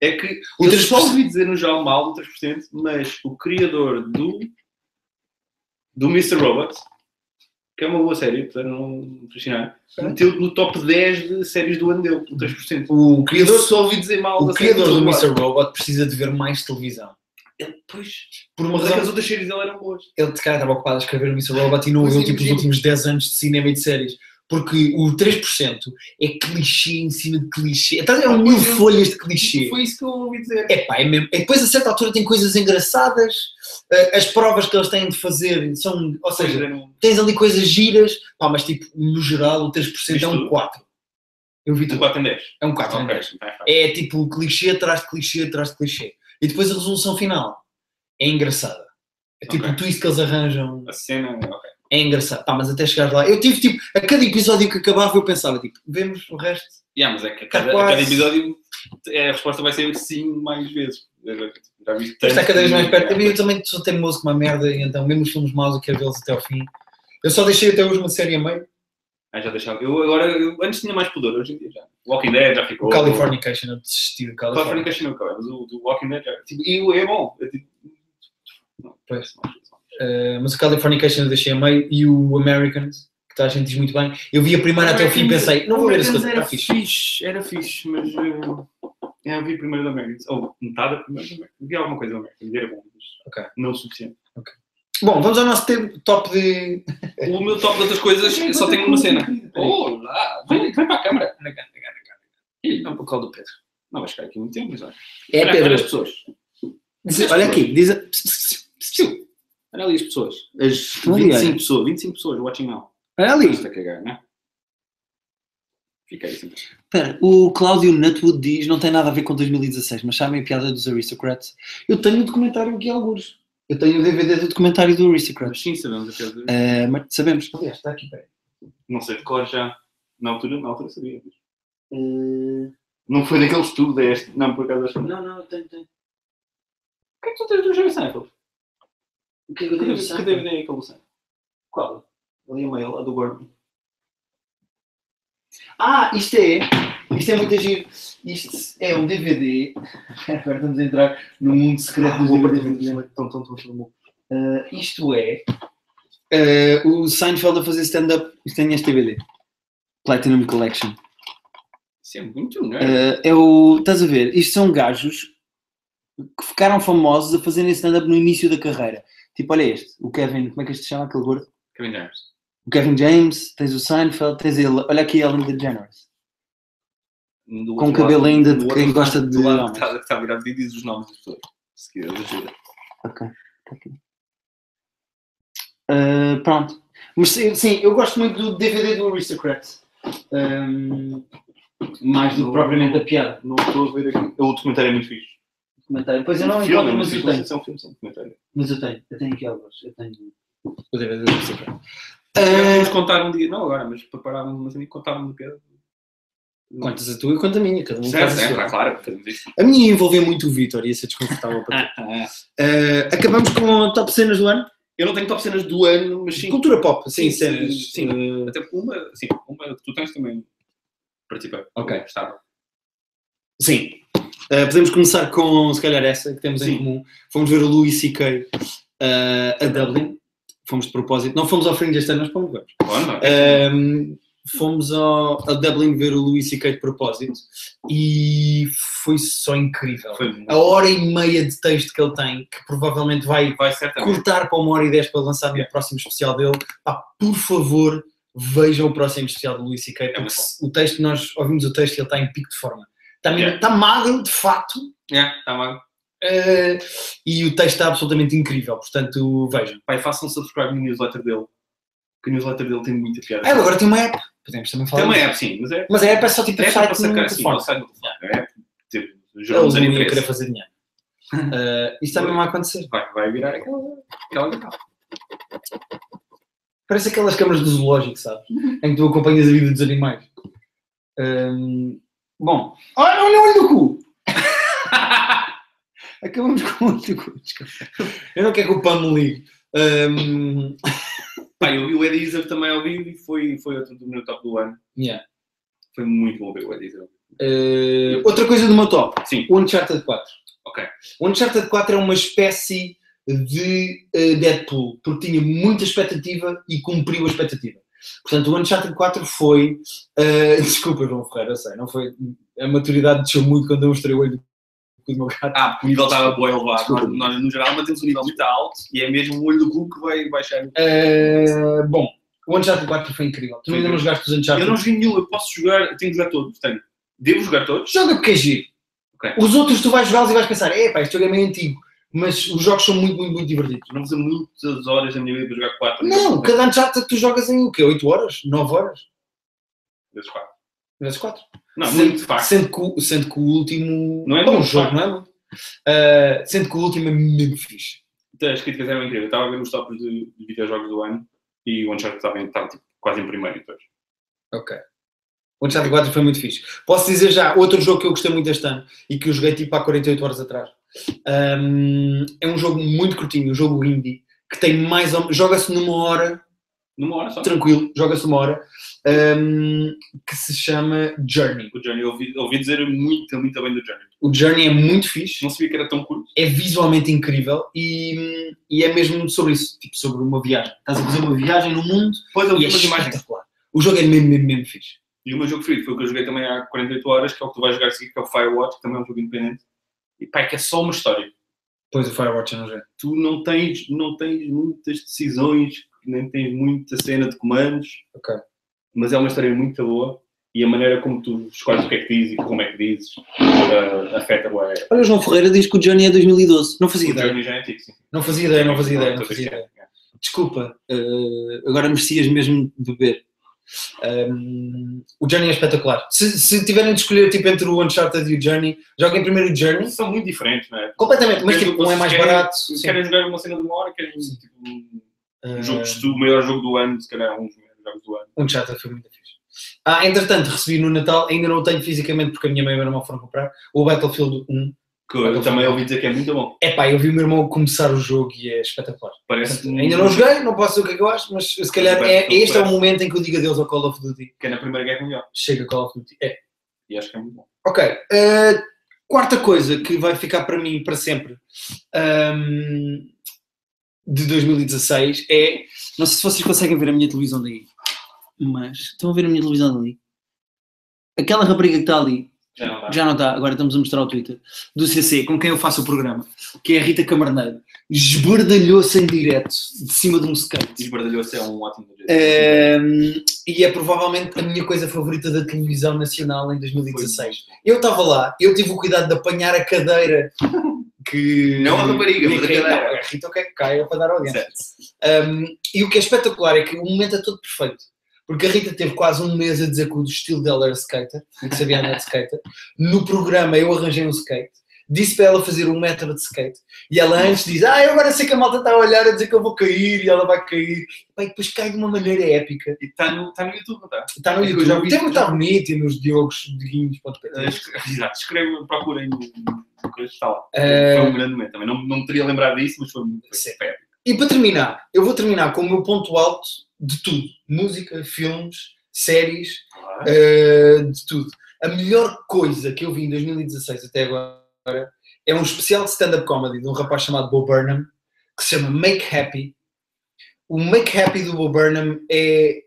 C: É que
B: O
C: eu
B: 3%.
C: só ouvi dizer no Jal Mal do 3%, mas o criador do, do Mr. Robot, que é uma boa série, para não fascinar, meteu no top 10 de séries do ano dele, o 3%.
B: O
C: Eu
B: criador,
C: só ouvi dizer mal
B: o
C: da série
B: criador do
C: Robot.
B: Mr. Robot precisa de ver mais televisão.
C: Ele, pois,
B: Por uma
C: mas é que as
B: razão,
C: outras séries dele eram boas.
B: ele se calhar estava ocupado a escrever o Mr. Robot e não
C: Mas
B: viu tipo, os
C: imagina.
B: últimos 10 anos de cinema e de séries. Porque o 3% é clichê em cima de clichê. Estás a ver? É um mil
C: Pois é.
B: folhas de clichê.
C: Foi isso que eu ouvi dizer.
B: É pá, é mesmo. E depois a certa altura tem coisas engraçadas, eh, as provas que eles têm de fazer são. Ou
C: Pois, é.
B: seja,
C: eu não-
B: tens ali coisas giras, pá, mas tipo, no geral o 3%
C: Viste
B: é um
C: tudo?
B: 4. Eu vi
C: de
B: tudo.
C: 4 em 10.
B: É um 4. não é? É tipo clichê atrás de clichê atrás de clichê. E depois a resolução final é engraçada. É tipo
C: Ok.
B: o twist que eles arranjam.
C: A cena, ok.
B: É engraçado. Pá, mas até chegar lá. Eu tive tipo, a cada episódio que acabava eu pensava, tipo, vemos o resto.
C: Yeah, mas é que a cada, a
B: Capaz.
C: cada episódio é, a resposta vai ser sim mais vezes. Já vi tanto.
B: Está é cada vez mais perto. Eu
C: Yeah.
B: também sou teimoso com uma merda, e então mesmo os filmes maus eu quero vê-los até ao fim. Eu só deixei até hoje uma série a meio.
C: Ah, já deixava. Eu agora, eu, antes tinha mais pudor, hoje em dia já. Walking Dead já ficou.
B: O Californication, eu desisti do
C: O
B: California.
C: Californication não, cara, mas o do Walking Dead já. Tipo, e o- é bom. É tipo, não,
B: Pois.
C: não, não, não.
B: Eh, mas o Californication eu deixei a meio e o Americans, que toda a gente diz muito bem. Eu vi a primeira até o fim e pensei, não vou ver esse
C: Americans
B: coisa.
C: é Era
B: Está fixe.
C: fixe, era fixe, mas. eh, Eu vi primeiro da Americans. Ou metade da primeira da Americans. Vi alguma coisa da Americans. Era bom, mas
B: Ok.
C: não o suficiente.
B: Bom, vamos ao nosso tempo top de.
C: O meu top de outras coisas eu só tenho uma cena. Olá! Vem, vem para a câmara. Vem cá, vem cá, vem cá. Ih, Não, para o colo do Pedro. Não vais ficar aqui muito tempo, mas olha.
B: É
C: Olha- Olha as pessoas.
B: Diz- Olha aqui, diz. a-
C: Olha ali as pessoas. As
B: Ali,
C: 25 pessoas. 25 pessoas watching now.
B: Olha ali.
C: Está a cagar, não é? Fica aí sempre.
B: Espera, o Cláudio Nutwood diz, não tem nada a ver com 2016, mas sabem a piada dos Aristocrats? Eu tenho o documentário aqui alguns. Eu tenho um o DVD do documentário do Aristocrats.
C: Mas sim, sabemos até de...
B: Eh, mas sabemos. Aliás, está aqui, peraí.
C: Não sei de cor já. Na altura, na altura sabia. mas
B: Eh,
C: Não foi daquele estudo, é este. Não, por acaso acho que não.
B: Não, não, tem, tem.
C: O que é que tu tens do Jerry Seinfeld?
B: O que é que eu
C: Que
B: tenho?
C: DVD que DVD é aquele Seinfeld? Qual? Ali a meio, a do Gordon.
B: Ah, isto é, isto é muito giro. Isto é um DVD. Agora estamos a entrar no mundo secreto dos DVDs. Eh, isto é eh, o Seinfeld a fazer stand-up. Isto tem este DVD. Platinum Collection.
C: Isso é muito nerd.
B: Eh, é o. Estás a ver? Isto são gajos que ficaram famosos a fazerem stand-up no início da carreira. Tipo, olha este. O Kevin, como é que este se chama? Aquele gordo?
C: Kevin James.
B: O Kevin James, tens o Seinfeld, tens ele. Olha aqui a Ellen DeGeneres.
C: Um Do
B: Com
C: outro
B: cabelo
C: lado-
B: ainda de
C: do
B: quem
C: outro
B: gosta de
C: lado
B: homens.
C: que está, que está virado e diz os nomes das pessoas. Se quiseres ajuda.
B: Ok, tá aqui. Ah, pronto. Mas sim, sim, eu gosto muito do DVD do Aristocrat. Ahm, mais do que propriamente a piada.
C: Não estou a ver aqui. O documentário é muito fixe.
F: Comentário. Pois eu não
C: filme, é
F: encontro,
C: não
F: mas
C: fiz
F: eu tenho.
C: construção, um filme sem comentário.
F: Mas eu tenho. Eu tenho aqui alguns. Eu tenho.
B: O DVD da música. Uh, É.
C: Vamos contar um dia, não agora, mas preparávamos uma cena e contávamos uma piada.
B: Contas a tua e conta a minha, cada um faz
C: Certo,
B: a
C: é,
B: sua.
C: tá claro, fazemos isto.
B: A minha ia envolver muito o Vitor, ia ser desconfortável para ti. Eh, acabamos com a top cenas do ano.
C: Eu não tenho top cenas do ano, mas sim.
B: Cultura pop, assim,
C: Sim,
B: cenas.
C: sim.
B: eh,
C: Até porque uma, sim, uma que tu tens também participar.
B: Ok.
C: Estava.
B: Sim. Uh, podemos começar com, se calhar, essa que temos em
C: Sim.
B: comum. Fomos ver o Louis C.K. uh, a Dublin. Fomos de propósito. Não fomos ao Fringe este ano, mas fomos ver.
C: Bom, não é?
B: Um, fomos ao, a Dublin ver o Louis C.K. de propósito. E foi só incrível.
C: Foi
B: A hora e meia de texto que ele tem, que provavelmente vai
C: Vai certamente.
B: cortar para uma hora e dez para lançar no próximo especial dele. Pá, por favor, vejam o próximo especial do Luís C.K. porque
C: É muito
B: se- o texto, nós ouvimos o texto e ele está em pico de forma. Está, mesmo-
C: Yeah.
B: está magro, de facto,
C: É, tá mal.
B: eh, e o texto está absolutamente incrível. Portanto, vejam.
C: Pai, façam subscribe no newsletter dele. Que o newsletter dele tem muita piada.
B: Ah, ele agora tem uma app. Podemos também falar.
C: Tem uma
B: disso.
C: app, sim, mas é.
B: Mas a app é só tipo
C: É para
B: um site
C: passar
B: no
C: cara, sim,
B: telefone.
C: para sacar no telefone. É, tipo,
B: Ele
C: geramos
B: não
C: a
B: ia querer
C: interesse.
B: fazer dinheiro. Eh, isso também vai acontecer.
C: Vai, vai virar aquela. aquela garrafa.
B: Parece aquelas câmaras do zoológico, sabes? em que tu acompanhas a vida dos animais. Hum, bom. Olha, olha, olha o cu! Acabamos com o olho do cu. desculpa. Eu não quero que o pão me ligue. Hum,
C: Pá, eu vi o Ed Izzard também ao vivo e foi, foi outro do meu top do ano.
B: Yeah.
C: Foi muito bom ver o Ed Izzard.
B: eh, outra coisa do meu top.
C: Sim.
B: O Uncharted 4.
C: Ok.
B: O Uncharted 4 é uma espécie de eh, Deadpool, porque tinha muita expectativa e cumpriu a expectativa. Portanto, o Uncharted 4 foi. eh, desculpa, João Ferreira, eu sei, não foi. A maturidade desceu muito quando eu mostrei o olho do cu do meu gato.
C: Ah, porque o nível estava bem elevado.
B: Desculpa.
C: Nós, nós, no geral, mantemos um nível muito alto e é mesmo o olho do cu que vai baixar.
B: Eh, bom, o Uncharted 4 foi incrível. Tu ainda não jogaste os Uncharted?
C: Eu não joguei nenhum, eu posso jogar, eu tenho que jogar todos, portanto, devo jogar todos?
B: Joga porque é giro.
C: Ok.
B: Os outros tu vais jogá-los e vais pensar, é pá, este jogo é meio antigo. Mas os jogos são muito, muito, muito divertidos.
C: Não vou fazer muitas horas da minha vida para jogar 4.
B: Não, cada Uncharted tu jogas em o quê? 8 horas? 9 horas?
C: Vezes quatro.
B: Vezes 4.
C: Não,
B: Sim.
C: muito fácil.
B: Sendo que, o- sendo que o último.
C: Não é
B: bom
C: muito
B: jogo, não é? muito. Ah, sendo que o último é mesmo fixe.
C: Então, As críticas eram incríveis. Eu estava a ver os tops de, de videojogos do ano e o Uncharted estava, em- estava tipo, quase em primeiro em todos.
B: Ok. O Uncharted 4 foi muito fixe. Posso dizer já, outro jogo que eu gostei muito este ano e que eu joguei tipo há 48 horas atrás. Ahm, é um jogo muito curtinho, um jogo indie, que tem mais ou joga-se numa hora,
C: Numa hora só.
B: tranquilo, joga-se uma hora, ahm, que se chama Journey.
C: O Journey, eu ouvi, eu ouvi dizer muito, muito bem do Journey.
B: O Journey é muito fixe.
C: Não sabia que era tão curto.
B: é visualmente incrível e, e é mesmo sobre isso, tipo sobre uma viagem. Estás a fazer uma viagem no mundo
C: Depois eu
B: e
C: vi
B: é
C: umas imagens.
B: espetacular. O jogo é mesmo, mesmo, mesmo fixe.
C: E o meu jogo preferido foi o que eu joguei também há 48 horas, que é o que tu vais jogar a seguir, que é o Firewatch, que também é um jogo independente. E pá, é que é só uma história.
B: Pois o Firewatch eu não joguei.
C: Tu não tens, não tens muitas decisões, nem tens muita cena de comandos.
B: Ok.
C: Mas é uma história muito boa. E a maneira como tu escolhes o que é que dizes e como é que dizes ah, afeta bué.
B: Olha, o João Ferreira diz que o Johnny é 2012. Não fazia
C: O
B: ideia.
C: Journey já é antigo, sim.
B: Não fazia ideia, não fazia ideia, não
C: Todas
B: fazia
C: que-
B: ideia. Desculpa, eh, agora merecias mesmo de beber. Ahm, o Journey é espetacular. Se, se tiverem de escolher tipo, entre o Uncharted e o Journey, joguem primeiro o Journey.
C: São muito diferentes, não é?
B: Completamente, mas tipo, um é mais
C: Querem-
B: barato.
C: Se
B: sim.
C: querem jogar uma cena de uma hora, querem tipo, um um jogo
B: Ah,
C: de estudo, o maior jogo do ano, se calhar um dos melhores jogos do ano.
B: Um Uncharted foi muito fixe. Ah, entretanto, recebi no Natal, ainda não o tenho fisicamente porque a minha mãe e o meu irmão foram comprar, o Battlefield 1.
C: Que eu também ouvi dizer que é muito bom.
B: Epá, eu vi o meu irmão começar o jogo e é espetacular.
C: Parece
B: Portanto,
C: um-
B: ainda não joguei, não posso dizer o que é que eu acho, mas se calhar é, este é o momento em que eu digo adeus ao Call of Duty.
C: que é na Primeira Guerra Mundial.
B: Chega Call of Duty. É.
C: E acho que é muito bom.
B: Ok. eh, quarta coisa que vai ficar para mim para sempre
F: ehm,
B: ahm, de 2016 é.
F: Não sei se vocês conseguem ver a minha televisão daí. Mas estão a ver a minha televisão dali? Aquela rapariga que está ali,
C: Já não dá.
F: já não está, agora estamos a mostrar ao Twitter, do CC, com quem eu faço o programa, que é a Rita Camarneiro, esbardalhou-se em direto, de cima de um skate.
C: Desbardalhou-se é um ótimo jeito.
B: É, Ahm, e é provavelmente a minha coisa favorita da televisão nacional em 2016. Eu estava lá, eu tive o cuidado de apanhar a cadeira que.
C: Não a rapariga, mas a
B: Ninguém-
C: cadeira.
B: Não, a Rita quer que caia para dar audiência. Ahm, e o que é espetacular é que o momento é todo perfeito. Porque a Rita teve quase um mês a dizer que o estilo dela era skater, e que sabia andar de skater. No programa eu arranjei um skate. disse para ela fazer um metro de skate. E ela antes diz, ah, eu agora sei que a malta está a olhar a dizer que eu vou cair e ela vai cair. Pá, e depois cai de uma maneira épica.
C: E está no, tá no YouTube, não está?
B: Está no
C: É que eu
B: YouTube.
C: já vi-
B: Tem que estar bonito e nos diogosdiguinhos.pt.
C: Eh, escre- Exato, escreve, procurem no- no coisa, está lá.
B: Eh,
C: Foi um grande momento também. Não, não me teria lembrado disso, mas foi muito
B: Sim.
C: foi épico.
B: E para terminar, eu vou terminar com o meu ponto alto de tudo: música, filmes, séries, eh, de tudo. A melhor coisa que eu vi em 2016 até agora é um especial de stand-up comedy de um rapaz chamado Bo Burnham que se chama Make Happy. O Make Happy do Bo Burnham é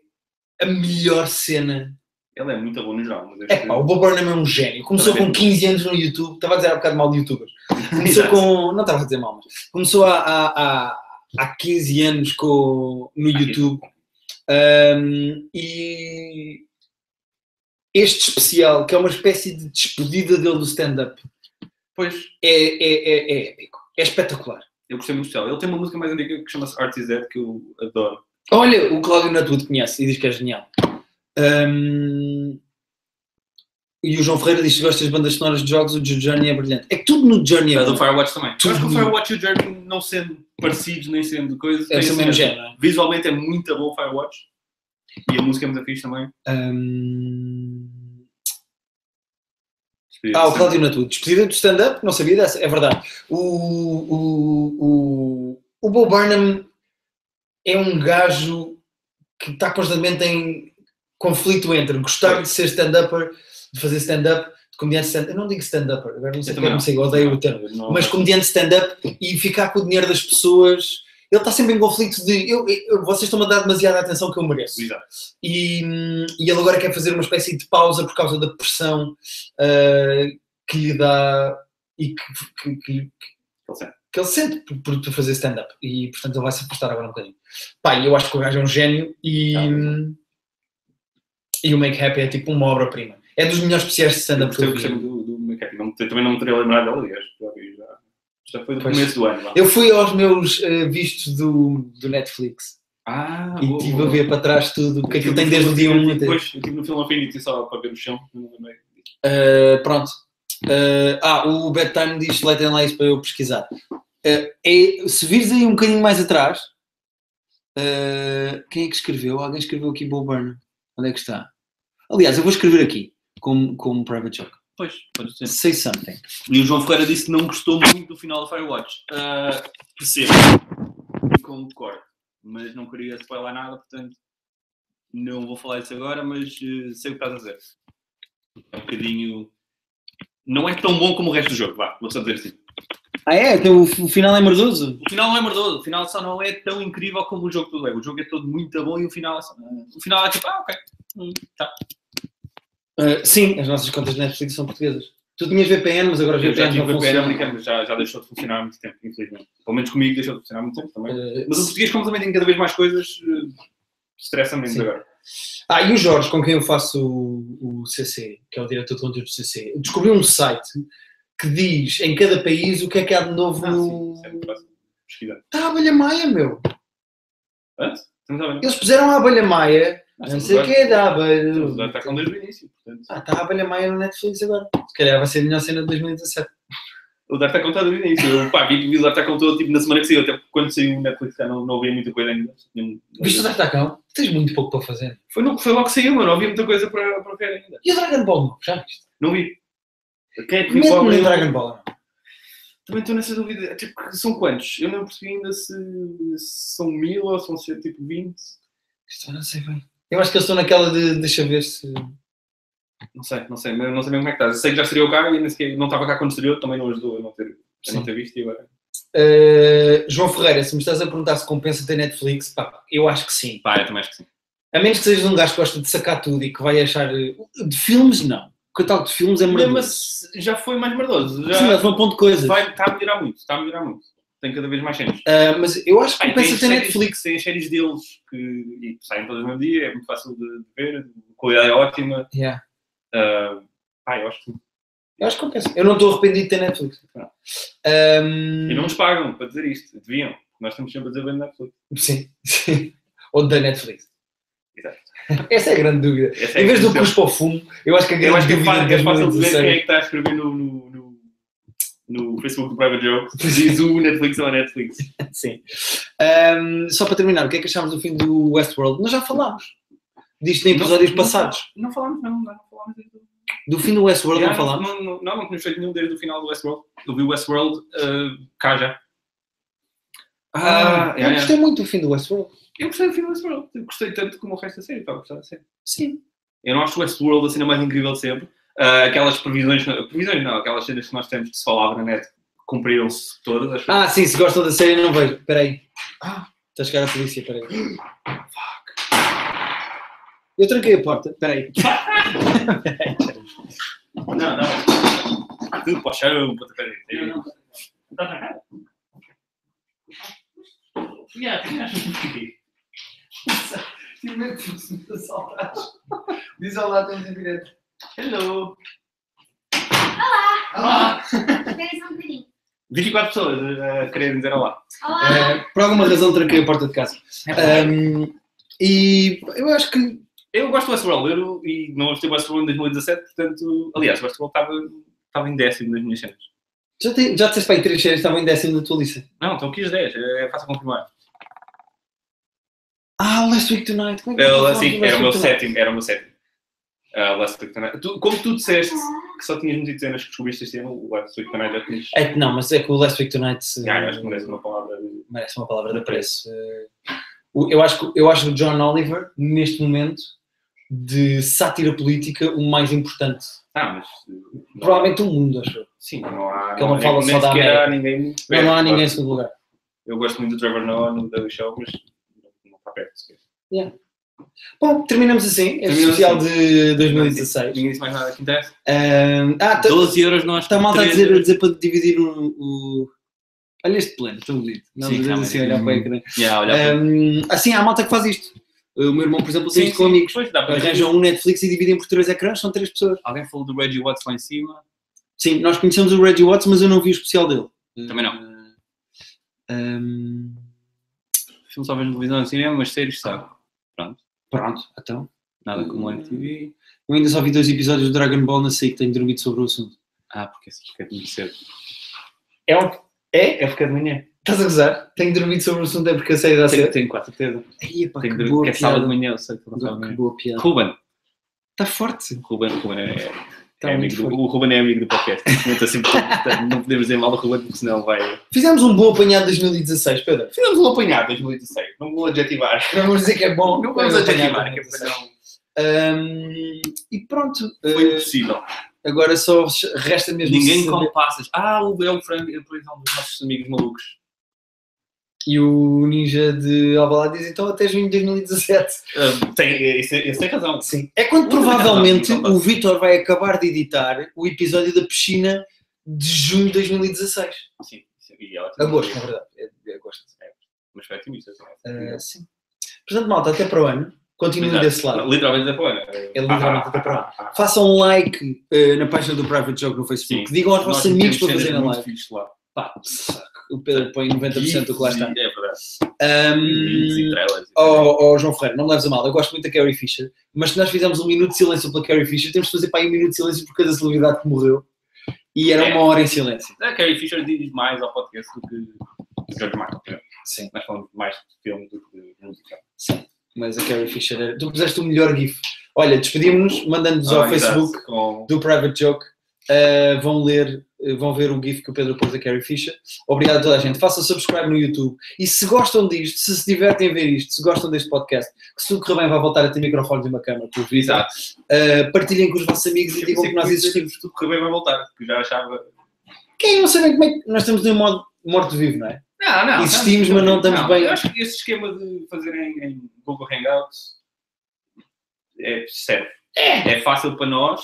B: a melhor cena
C: Ele é muito bom no geral, mas
B: é pá, o Bob Burnham é um gênio. Começou com 15 anos no YouTube. Estava a dizer há bocado mal de youtubers. Começou
C: Exato.
B: com. Não estava a dizer mal, mas. Começou há, há, há, há 15 anos com, no YouTube. Ahm, e. Este especial, que é uma espécie de despedida dele do stand-up,
C: Pois,
B: é, é, é, é épico. É espetacular.
C: eu gostei muito dela. Ele tem uma música mais antiga que chama-se Art is Dead, que eu adoro.
B: Olha, o Cláudio Natudo conhece e diz que é genial. Ahm, E o João Ferreira diz que gosta das bandas sonoras de jogos, o do Journey é brilhante. É que tudo no Journey é
C: A do
B: brilhante.
C: Firewatch também. Eu acho que o
B: Tudo.
C: Firewatch e o Journey, não sendo parecidos nem sendo coisas, têm
B: É o mesmo
C: semelhança.
B: género. não é?
C: Visualmente é muito bom o Firewatch. E a música é muito fixe também.
B: Ahm, Ah, o Cláudio Natudo. Despedida do stand-up? Não sabia dessa. É verdade. O, o, o, o Bo Burnham é um gajo que está constantemente em conflito entre gostar de ser stand-upper, de fazer stand-up, de comediante stand-up. Eu não digo stand-upper, agora não sei
C: Eu
B: porque
C: também
B: não sei, eu odeio o termo.
C: Não,
B: mas comediante stand-up e ficar com o dinheiro das pessoas. Ele está sempre em conflito de eu, eu- vocês estão-me a dar demasiada atenção que eu mereço.
C: Exato.
B: E, hum, e ele agora quer fazer uma espécie de pausa por causa da pressão ah, que lhe dá e que, que- que-
C: ele sente.
B: que ele sente por, por fazer stand-up. E portanto ele vai se apostar agora um bocadinho. Pá, e eu acho que o gajo é um gênio e,
C: Ah,
B: hum, e o Make Happy é tipo uma obra-prima. É dos melhores especiais de
C: Eu
B: stand-up que
C: gostei,
B: eu
C: gostei
B: vi.
C: muito do, do Macaque. Não- eu Também não me teria lembrado dela, aliás. Já, vi, já, já foi do
B: Pois.
C: começo do ano. lá.
B: Eu fui aos meus ah, vistos do, do Netflix.
C: Ah,
B: E
C: boa,
B: estive a
C: boa.
B: ver para trás tudo, o que aquilo tem desde o dia
C: Eu
B: 1
C: tive-
B: até.
C: Pois, eu estive no filme Affinity só para ver o chão. não me lembrei.
B: Uh, pronto. Uh, ah, o Bedtime diz: letem lá isso para eu pesquisar. Uh, é- se vires aí um bocadinho mais atrás, uh, quem é que escreveu? Alguém escreveu aqui Bo Burnham. Onde é que está? Aliás, eu vou escrever aqui, como, como private joke.
C: Pois, pode ser.
B: Say something.
C: E o João Ferreira disse que não gostou muito do final da Firewatch. Ah, percebo. E concordo. Mas não queria spoiler nada, portanto, não vou falar isso agora, mas eh, sei o que estás a dizer. É um bocadinho. Não é tão bom como o resto do jogo, vá, vou só dizer assim.
B: Ah, é? Então, o, f- o final é merdoso?
C: O final não é merdoso, o final só não é tão incrível como o jogo todo é. O jogo é todo muito bom e o final é só... O final é tipo, ah, ok. Hum, tá.
B: Uh, sim, as nossas contas de Netflix são portuguesas. Tu tinhas VPN, mas agora os
C: Eu já
B: VPN
C: tive
B: não
C: VPN
B: funcionam.
C: americano, mas já, já deixou de funcionar há muito tempo, infelizmente. Pelo menos comigo deixou de funcionar há muito tempo também.
B: Uh,
C: Mas o português, como também tem cada vez mais coisas, eh, estressa menos
B: Sim.
C: agora.
B: Ah, e o Jorge, com quem eu faço o, o CC, que é o diretor de conteúdo do CC, descobriu um site que diz em cada país o que é que há de novo
C: Ah,
B: no.
C: sim, sempre próximo. Pesquisa.
B: Está a Abelha Maia, meu!
C: Hã? Estamos a ver.
B: Eles puseram a Abelha Maia,
C: Ah,
B: não
C: estamos
B: sei o
C: agora.
B: que é da
C: Estamos a estar com
B: Abelha.
C: desde o início, portanto.
B: Ah, está a Abelha Maia no Netflix agora. Se calhar vai ser a melhor cena de 2017.
C: O Dark está contado desde o início. Eu, pá, vi, vi o Dark está contado tipo, na semana que saiu, até porque quando saiu o Netflix já não, não havia muita coisa ainda. Tinha-
B: Viste o D'Artacão? Tens muito pouco para fazer.
C: Foi, no, foi logo que saiu, mas não havia muita coisa para, para ver ainda.
B: E o Dragon Ball novo? Já viste?
C: Não vi. Quem é que viu
B: Mete-me no
C: Goblin?
B: Dragon Ball. não.
C: Também estou nessa dúvida. É, Tipo, são quantos? Eu não percebi ainda se, se são mil ou se vão ser tipo 20.
B: Isto eu não sei bem. Eu acho que eu estou naquela de deixa ver se.
C: Não sei, não sei, mas não sei bem como é que está. Eu sei que já estreou cá e nem sequer não estava cá quando estreou, também não ajudou a não ter, a não
B: Sim.
C: ter visto e agora.
B: Uh, João Ferreira, se me estás a perguntar se compensa ter Netflix, pá, eu acho que sim.
C: Pá, eu também acho que sim.
B: A menos que sejas um gajo que gosta de sacar tudo e que vai achar. uh, De filmes, não. O tal de filmes é maravilhoso.
C: Mas já foi mais merdoso.
B: Sim,
C: assim, Já
B: mas vão ponto de coisas.
C: vai, está a melhorar muito, está a melhorar muito. Tem cada vez mais cenas.
B: Uh, mas eu acho que
C: Pá, e
B: compensa
C: as
B: ter
C: séries-
B: Netflix.
C: Tem as séries deles que e saem todas no mesmo dia, é muito fácil de, de ver, a qualidade é ótima.
B: Yeah.
C: Ah, pá, eu acho que.
B: Eu acho que compensa. Eu não estou arrependido de ter Netflix.
C: Não.
B: Um,
C: E não nos pagam para dizer isto, deviam. Nós estamos sempre a dizer bem na Netflix.
B: Sim. Ou da Netflix.
C: Exato.
B: Essa é a grande dúvida.
C: Essa é
B: Em
C: a
B: vez do
C: questão.
B: cuspo ao fumo, eu acho que a
C: Eu
B: grande
C: acho que é
B: dúvida
C: fácil,
B: de
A: tá
C: é fácil de ver quem é
B: 2017
C: que está a escrever no, no, no, no Facebook do Private Joke, diz o Netflix ou a Netflix.
B: Sim. Ahm, só para terminar, o que é que achámos do fim do Westworld? Nós já falámos disto em episódios passados.
A: Não falámos, não, não falámos disso.
B: Do fim do Westworld
A: Yeah,
B: não falámos.
A: Não, não, não, não tínhamos feito nenhum desde o final do Westworld. Eu vi o Westworld uh, cá já.
B: Ah, eu
A: yeah,
B: gostei muito do fim do Westworld.
A: Eu gostei do fim do Westworld. Eu gostei tanto como o resto da série. Estava a gostar da série.
B: Sim.
A: Eu não acho o Westworld a cena mais incrível de sempre. Ah, aquelas previsões, previsões não, aquelas cenas que nós temos que se falava na net cumpriram-se todas. Acho
B: Ah, sim, se gostam da série não vejo. Espera aí. Está a chegar a polícia, espera aí. Eu tranquei a porta, espera aí.
C: Não, não. Tá Tudo para o chão, para o Está na cara. Yeah, tu achas porquê?
G: Tive medo que me assaltares. Diz olá, estamos em direto.
C: Hello!
G: Olá!
H: Espera só um bocadinho.
C: 24 pessoas a quererem dizer olá.
H: Olá!
B: Eh, por alguma razão tranquei a porta de casa.
C: É
B: Ahm, e eu acho que
C: Eh, Eu gosto do Westworld eu, não- e não gostei do Westworld em 2017, portanto, aliás, o Westworld estava, estava em décimo nas minhas cenas.
B: já, te, já disseste para aí três séries que estavam em décimo da tua lista.
C: Não, estão aqui as 10, é fácil confirmar.
B: Ah, Last Week Tonight. Como é que
C: Eu,
B: eu
C: assim,
B: falava
C: era o
B: do
C: meu
B: Last Week Tonight?
C: sétimo, era o meu sétimo. Ah, Last Week Tonight. Tu- como tu disseste que só tinhas metido cenas que descobriste este ano, o Last Week Tonight já tinhas.
B: É que não, mas é que o Last Week Tonight eh,
C: Ah, eu acho que merece uma palavra de.
B: merece uma palavra de apreço. Eh, o- Eu acho, que- eu acho o John Oliver, neste momento, de sátira política, o mais importante.
C: Ah, mas. não-
B: Provavelmente o mundo, acho eu.
C: Sim, não há.
B: Que ele não
C: há
B: fala
C: nem-
B: só
C: nem
B: da
C: sequer
B: América.
C: há ninguém muito
B: Não,
A: É,
C: perto.
B: não há ninguém em segundo lugar.
C: Eu gosto muito do Trevor Noah no Daily Show, mas não está perto sequer.
B: Bom, terminamos assim. Este
A: Terminamos
B: especial de 2016.
A: Ninguém disse mais nada que interessa.
B: Ah, ah, tá-
F: 12 euros nós
B: Está mal a dizer, a dizer para dividir o. o- Olha este plano, tão bonito. Não,
A: Sim,
B: mas
A: realmente.
B: assim, olhar para o ecrã.
A: Yeah, olha,
B: Ahm, assim, há malta que faz isto. O meu irmão, por exemplo, tem isto com amigos.
A: Pois dá para dizer.
B: Arranjam um Netflix e dividem por três ecrãs, são três pessoas.
A: Alguém falou do Reggie Watts lá em cima.
B: Sim, nós conhecemos o Reggie Watts, mas eu não vi o especial dele. Eh, ehm,
A: Também não.
B: Ahm,
A: Filmes talvez na televisão e cinema, mas séries sabe.
B: pronto, então.
A: Nada como a MTV.
B: Eu ainda só vi dois episódios do Dragon Ball, não sei que tenho dormido sobre o assunto.
A: Ah, porque esse fica muito cedo.
B: É um...
C: É porque é de manhã.
B: Estás a gozar? Tenho dormido sobre o assunto, é porque a série dá
A: Tenho,
B: certo.
A: tenho quase certeza.
B: Ai,
C: Ah,
B: epá,
A: Tenho
B: que
A: de-
B: boa
A: que é sábado de
B: piada.
A: manhã, eu sei que não sábado de
B: Que
A: manhã.
B: boa piada.
A: Ruben.
B: Está forte.
A: Ruben, Ruben é,
B: Tá
A: é
B: muito
A: amigo do,
B: forte.
A: o Ruben é amigo do podcast. Não, está sempre, portanto, não podemos dizer mal do Ruben, porque senão vai.
B: Fizemos um bom apanhado de 2016, Pedro.
C: Fizemos um apanhado em 2016, não vou adjetivar.
B: Não vamos dizer que é bom.
C: Não vamos
B: Foi um apanhado
C: adjetivar,
B: de
C: que é para
B: 2016.
C: não.
B: Ahm, e pronto.
C: Foi
B: eh,
C: impossível.
B: agora só resta mesmo.
A: Ninguém
B: saber-
A: come passas. Ah, o Leão Frango é a televisão
C: um
A: dos nossos amigos malucos.
B: E o Ninja de Alvalade diz então até junho de 2017.
C: Ah, tem, esse, esse tem razão.
B: Sim. É quando provavelmente o Vitor vai acabar de editar o episódio da piscina de junho de 2016.
C: Sim. sim, E ela tem
B: Agosto, na verdade. É de agosto.
C: Mas foi otimista. sim.
B: Ah, sim. Portanto, malta, até para o ano. Continuem
C: Exato.
B: desse lado.
C: Literalmente da Ah, Poana.
B: É literalmente até para o ano. Façam um like eh, na página do Private Jogo no Facebook. Digam aos vossos amigos para fazerem a live. Pá, saco. o Pedro põe 90% do que lá está.
C: É verdade. Vídeos e
B: Um,
C: trailers. e tudo.
B: oh, oh, João Ferreira, não me leves a mal, eu gosto muito da Carrie Fisher, mas se nós fizermos um minuto de silêncio pela Carrie Fisher, temos de fazer para aí um minuto de silêncio por cada celebridade que morreu. E era
C: É.
B: uma hora em silêncio.
C: A Carrie Fisher diz mais ao podcast do que George Michael. por exemplo.
B: Sim.
C: Nós falamos mais de filme do que de música.
B: Mas a Carrie Fisher era. Tu puseste o melhor GIF. Olha, despedimos-nos, mandando-nos ao
C: Ah, exato,
B: Facebook
C: Com...
B: do Private Joke. Uh, vão ler, uh, vão ver o GIF que o Pedro pôs da Carrie Fisher. Obrigado a toda a gente. Façam subscribe no YouTube. E se gostam disto, se se divertem a ver isto, se gostam deste podcast, que se tudo correr bem vai voltar a ter microfones e uma câmera, por vídeo.
C: Exato.
B: Eh, partilhem com os vossos amigos e
C: Eu
B: digam
C: pensei
B: que nós
C: isso
B: existimos.
C: Tudo correu bem, vai voltar. Porque já achava.
B: Quem não sabem como é que nós estamos num modo morto-vivo, não é?
C: Não, não.
B: Existimos, mas não estamos bem.
C: Eu acho que esse esquema de fazer em, em Google Hangouts é, serve. É. fácil para nós,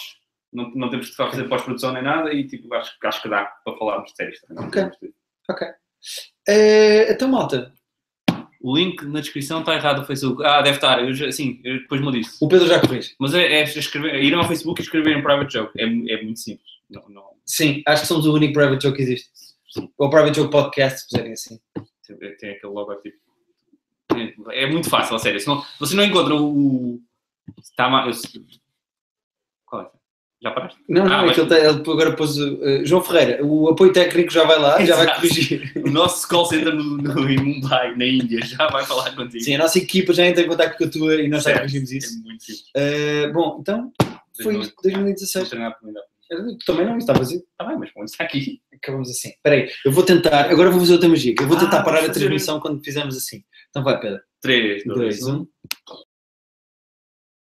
C: não, não temos que fazer pós-produção nem nada e tipo, acho, acho que dá para falarmos de séries também.
B: Ok. Uh, então, malta,
A: O link na descrição está errado do Facebook. Ah, deve estar. Eu já, sim, eu depois me disse.
B: o Pedro já corrige.
A: Mas é, é escrever, é ir ao Facebook e escrever em private joke. É, mu- é muito simples. Não, não,
B: Sim, acho que somos o único Private Joke que existe. Ou Private Joke Podcast, se puserem assim.
A: tem, tem aquele
C: tipo,
A: logotipo. É, é muito fácil,
C: tá
A: a sério. Se não, você não encontra o. Está ma- eu- Qual é?
C: Já paraste?
B: Não, não,
C: Ah,
B: é que ele, tem- ele agora pôs. o- eh, João Ferreira, o apoio técnico já vai lá, já vai
C: Exato.
B: corrigir.
C: O nosso call center no, no- em Mumbai, na Índia, já vai falar contigo.
B: Sim, a nossa equipa já entra em contato com a tua e nós já
C: Certo.
B: corrigimos isso.
C: É muito simples.
B: Eh, bom, então foi
C: Dois mil-
B: isto, 2016.
C: Vou treinar a primeira.
B: Eu Também não, está vazio.
C: Está bem, mas pronto, está aqui.
B: Acabamos assim. Espera aí, eu vou tentar. Agora vou fazer outra magia. que Eu vou
C: Ah,
B: tentar parar
C: vamos
B: a
C: fazer
B: transmissão quando fizermos assim. Então vai, Pedro.
C: Três, dois, um.
B: 2, 1.